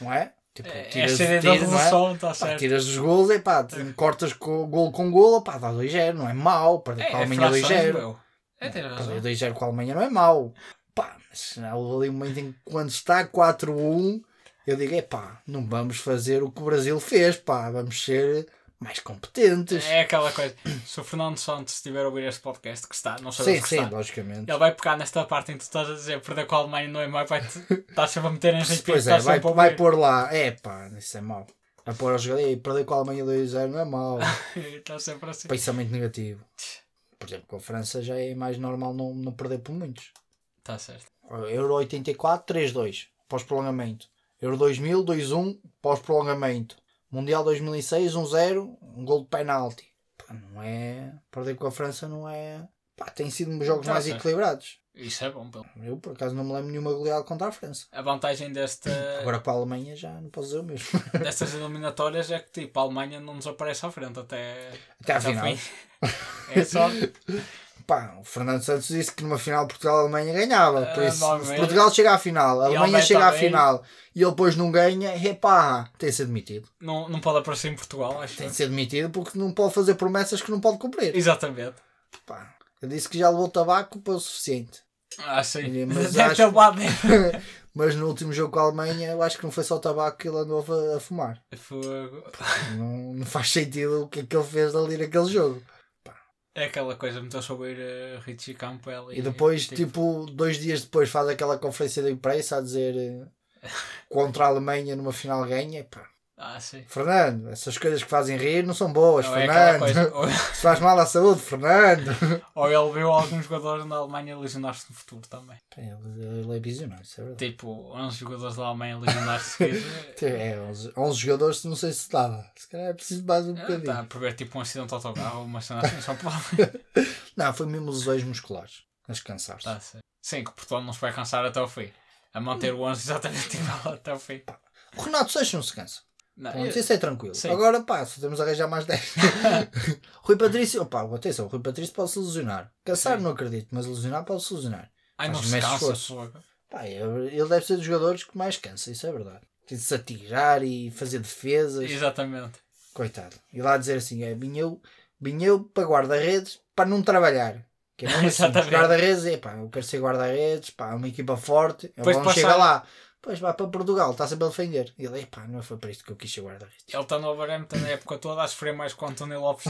B: Não é? Tipo,
A: É, é a
B: tiras,
A: ideia da
B: tiras, não é?
A: revolução, está
B: Pá,
A: certo.
B: tiras os golos, é pá, te- cortas com, golo com golo, pá, dá 2-0, não é mau, perder
A: É,
B: com a
A: é
B: Alemanha
A: frações,
B: 2-0,
A: meu. É, tens razão.
B: perder 2-0 com a Alemanha não é mau, pá, mas houve ali um momento em que quando está 4-1, eu digo, é pá, não vamos fazer o que o Brasil fez, pá, vamos ser mais competentes.
A: É aquela coisa. Se o Fernando Santos estiver a ouvir este podcast, que está, não
B: sim,
A: sabemos que
B: sim,
A: está.
B: logicamente.
A: Ele vai pegar nesta parte em que tu estás a dizer perder com a Alemanha não é mau, vai estar sempre a meter em gente
B: Pois é, vai, vai pôr lá, é pá, isso é mau. Vai pôr aos jogadores, "Ei, perder com a Alemanha 2-0 não é mau.
A: Está sempre assim.
B: pensamento negativo. Por exemplo, com a França já é mais normal não, não perder por muitos.
A: Está certo.
B: Euro 84, 3-2, pós-prolongamento. Euro 2000, 2-1, pós-prolongamento. Mundial 2006, 1-0, um gol de penalti. Pá, não é... Perder com a França não é... Pá, têm sido jogos
A: Tá
B: mais
A: certo.
B: equilibrados.
A: Isso é bom. pelo-
B: Eu, por acaso, não me lembro nenhuma goleada contra a França.
A: A vantagem desta,
B: Agora com a Alemanha já não posso dizer o mesmo.
A: destas eliminatórias é que tipo, a Alemanha não nos aparece à frente até,
B: Até
A: até
B: à
A: ao
B: final.
A: fim. É só.
B: Pá, o Fernando Santos disse que numa final Portugal-Alemanha ganhava. Por
A: Ah,
B: isso,
A: vamos
B: se
A: ver.
B: Portugal chega à final,
A: E
B: a
A: a
B: Alemanha
A: Alemanha
B: chega à
A: também.
B: final e ele depois não ganha, epá, tem-se admitido.
A: Não, não pode aparecer em Portugal, acho.
B: Tem-se admitido porque não pode fazer promessas que não pode cumprir.
A: Exatamente.
B: Pá, ele disse que já levou tabaco para o suficiente.
A: Ah, sim.
B: Mas
A: Deve
B: acho-
A: ter levado, né?
B: Mas no último jogo com a Alemanha, eu acho que não foi só tabaco que ele andou a- a fumar.
A: Fogo.
B: Não, não faz sentido o que é que ele fez ali naquele jogo.
A: É aquela coisa, meteu sobre ouvir Richie Campbell
B: E depois, tipo, dois dias depois faz aquela conferência de imprensa a dizer eh, contra a Alemanha numa final ganha. Pá,
A: Ah, sim.
B: Fernando, essas coisas que fazem rir não são boas,
A: Ou é aquela coisa.
B: Fernando.
A: Ou,
B: Se faz mal à saúde, Fernando.
A: ou ele viu alguns jogadores da Alemanha lesionar-se no futuro também.
B: Pá, Ele, ele é visionário, isso é verdade.
A: Tipo, 11 jogadores da Alemanha lesionar-se seguidos.
B: É, 11, 11 jogadores, não sei se dava. Se calhar é preciso mais um bocadinho.
A: Está a prever tipo um acidente de autocarro, uma cena assim, só para.
B: Não, foi mesmo lesões musculares. Mas cansaste.
A: Tá, sim. sim, que Portugal não se vai cansar até ao fim. A manter o 11 exatamente igual até ao fim.
B: O Renato Seixas não se cansa.
A: Não,
B: Pronto,
A: Ah, eu-
B: isso é tranquilo.
A: Sim.
B: Agora, pá, só temos a arranjar mais 10. Rui Patrício, opá, atenção, o Rui Patrício pode se lesionar. Cansar
A: Sim.
B: não acredito, mas lesionar pode se lesionar.
A: Ai, não
B: Mas
A: se
B: mexe
A: cansa,
B: esforço.
A: fogo.
B: Pá, ele ele deve ser dos jogadores que mais cansa, isso é verdade. Tem de se atirar e fazer defesas.
A: Exatamente.
B: Coitado. E lá dizer assim: é, vim eu, vim eu para guarda-redes para não trabalhar. Que é mesmo assim, os
A: Exatamente.
B: guarda-redes, é pá, eu quero ser guarda-redes, pá, é uma equipa forte, eu
A: Pois
B: não
A: passar-
B: chega lá. Pois vai para Portugal, está sempre a defender. E ele, é pá, não foi para isto que eu quis ser guarda-redes.
A: Ele está no Overhampton a época toda a sofrer mais com o Tony Lopes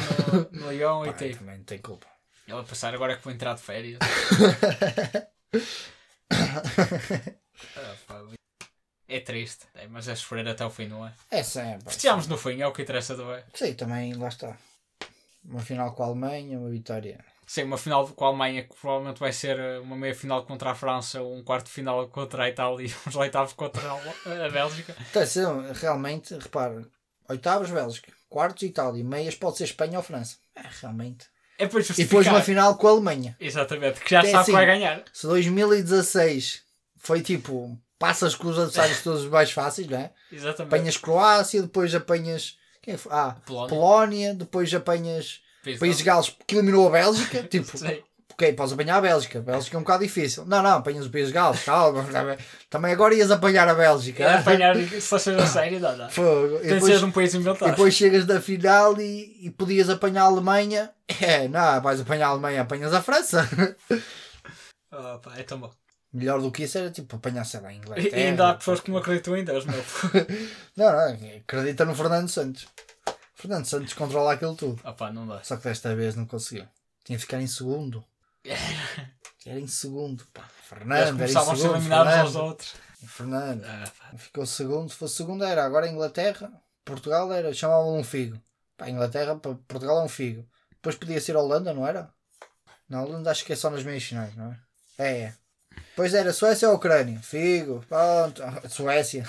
A: no, no Leão
B: Pá,
A: e tipo.
B: também não tem culpa.
A: Ele a pensar agora é que vou entrar de férias. Ah, pá, é triste, é, mas é sofrer até o fim, não é?
B: É sempre.
A: Festejamos no fim, é o que interessa, não é?
B: Sim, também lá está. Uma final com a Alemanha, uma vitória.
A: Sim, uma final com a Alemanha que provavelmente vai ser eh, uma meia final contra a França, um quarto final contra a Itália e uns oitavos contra a Al- a Bélgica. É
B: Atenção, Então, realmente, repara, oitavos Bélgica, quartos Itália, meias pode ser Espanha ou França. É, realmente.
A: É para
B: E depois uma
A: justificar.
B: final com a Alemanha.
A: Exatamente, que já
B: É
A: sabe
B: assim.
A: que vai ganhar.
B: Se 2016 foi tipo, passas com os adversários todos mais fáceis, não é?
A: Exatamente.
B: Apanhas Croácia, depois apanhas. Quem é que foi? Ah,
A: Polónia.
B: Polónia, depois apanhas
A: País
B: País de
A: de-
B: Gales que eliminou a Bélgica. Tipo,
A: Sim.
B: ok, podes apanhar a Bélgica. A Bélgica é um bocado difícil. Não, não, apanhas o País de Gales, calma. também- Também agora ias apanhar a Bélgica. ah,
A: Quer apanhar seleções a sério, não, não.
B: Fogo.
A: Tem
B: E
A: de ser
B: depois,
A: de um país inventado.
B: e depois chegas da final e, e podias apanhar a Alemanha. É, não, vais apanhar a Alemanha, apanhas a França.
A: Ah, pá, é tão bom.
B: Melhor do que isso era tipo apanhar, sei lá,
A: E, e
B: Inglaterra.
A: ainda há pessoas que não acreditam em Deus, meu.
B: Não, não, acredita no Fernando Santos. Fernando Santos controla aquilo tudo.
A: ah pá, não dá.
B: Só que desta vez não conseguiu. Tinha de ficar em segundo. Era em segundo, pá.
A: Eles
B: Fernando, era em
A: começavam a ser
B: segundo.
A: eliminados aos
B: Fernando,
A: outros.
B: Fernando.
A: Ah, pá.
B: Ficou segundo. Se fosse segundo era agora Inglaterra. Portugal era. Chamavam um figo. Pá, Inglaterra, pa- Portugal é um figo. Depois podia ser Holanda, não era? Na Holanda acho que é só nas meias finais, não é? É, é. Depois era Suécia ou Ucrânia. Figo. Pronto. Suécia.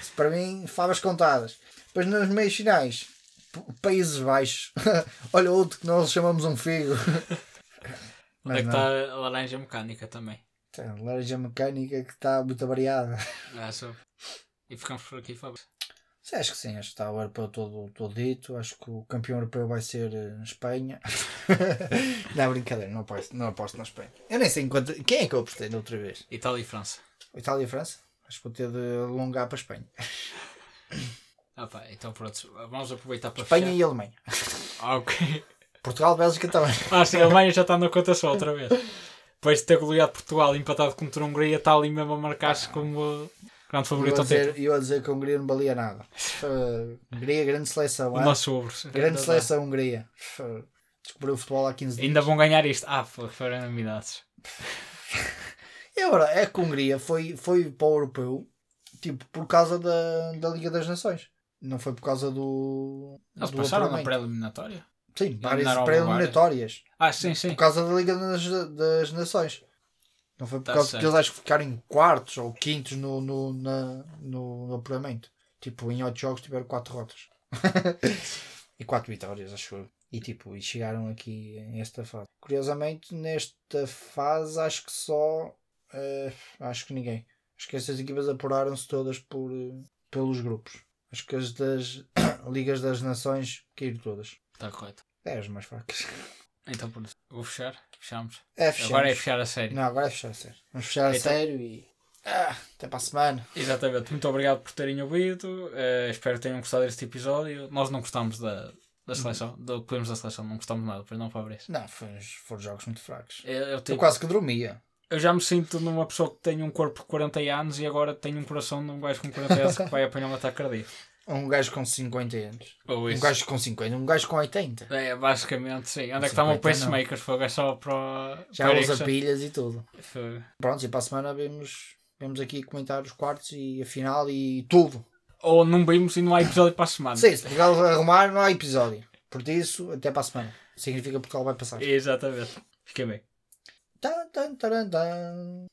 B: Isso para mim, favas contadas. Depois nas meias finais. P- Países Baixos. Olha outro que nós chamamos um figo.
A: Onde é que
B: Mas
A: está a laranja mecânica também?
B: Tem a laranja mecânica que está muito variada.
A: Ah, só- E ficamos por aqui, Fábio.
B: Sim, acho que sim, acho que está o europeu todo, todo dito. Acho que o campeão europeu vai ser eh, Espanha. não, brincadeira, não aposto, não aposto na Espanha. Eu nem sei em quanto, quem é que eu apostei da outra vez.
A: Itália e França.
B: Itália e França? Acho que vou ter de alongar para a Espanha.
A: Ah pá, então pronto, vamos aproveitar para
B: Espanha
A: fechar.
B: e Alemanha.
A: Ah, ok.
B: Portugal, Bélgica também.
A: Ah, sim, a Alemanha já está na conta só outra vez. Depois de ter goleado Portugal e empatado contra a Hungria, está ali mesmo a marcar-se como uh, grande
B: Eu
A: favorito
B: a
A: ao título.
B: Ah. dizer, eu a dizer que a Hungria não valia nada. Eh, Hungria, grande seleção.
A: O
B: ah?
A: nosso Ubres. Ainda-
B: Grande seleção, Hungria. Eh, Descobriu o futebol há 15 dias.
A: Ainda vão ganhar isto. Ah, foi- foram novidades.
B: É verdade, é que a Hungria foi, foi para o europeu tipo, por causa da, da Liga das Nações. Não foi por causa do.
A: Eles
B: do
A: passaram na
B: apuramento.
A: pré-eliminatória?
B: Sim, várias
A: eliminaram
B: pré-eliminatórias.
A: Ah, sim, sim.
B: Por causa da Liga das, das Nações. Não foi por
A: Tá
B: causa
A: certo.
B: que eles acho que ficaram em quartos ou quintos no, no, na, no, no apuramento. Tipo, em 8 jogos tiveram 4 rotas. e 4 vitórias, acho eu. E tipo, e chegaram aqui nesta fase. Curiosamente, nesta fase acho que só. eh, acho que ninguém. Acho que essas equipas apuraram-se todas por, eh, pelos grupos. Acho que as das Ligas das Nações caíram todas.
A: Está correto.
B: É as mais fracas.
A: Então pronto, vou fechar. Fechamos.
B: É, fechamos.
A: Agora é fechar a série.
B: Não, agora é fechar a sério. Vamos fechar a
A: Então-
B: sério e. Ah, até para a semana.
A: Exatamente. Muito obrigado por terem ouvido. Eh, espero que tenham gostado deste episódio. Nós não gostámos da,
B: Uhum.
A: da seleção, do que vimos da seleção, não gostámos nada, pois não, Fabrício.
B: Não, foram, foram jogos muito fracos.
A: Eu, eu,
B: Eu
A: tipo,
B: quase que dormia.
A: eu já me sinto numa pessoa que tem um corpo de 40 anos e agora tem um coração de um gajo com 40 anos que vai apanhar um ataque cardíaco.
B: Um gajo com 50 anos.
A: Ou
B: Um
A: isso.
B: gajo com 50, um gajo com 80.
A: É, basicamente, sim. Onde é que está o meu
B: 50 não.
A: pacemaker? Foi o gajo só para. o-
B: Já
A: para
B: usa
A: Ericsson.
B: pilhas e tudo.
A: Foi.
B: Pronto, e para a semana vemos, vemos aqui comentar os quartos e a final e tudo.
A: Ou não vimos e não há episódio para a semana.
B: Sim, se Portugal arrumar, não há episódio. Por isso, até para a semana. Significa que Portugal vai passar.
A: Exatamente. Fiquei bem.
B: Tan, tan, taran, tan.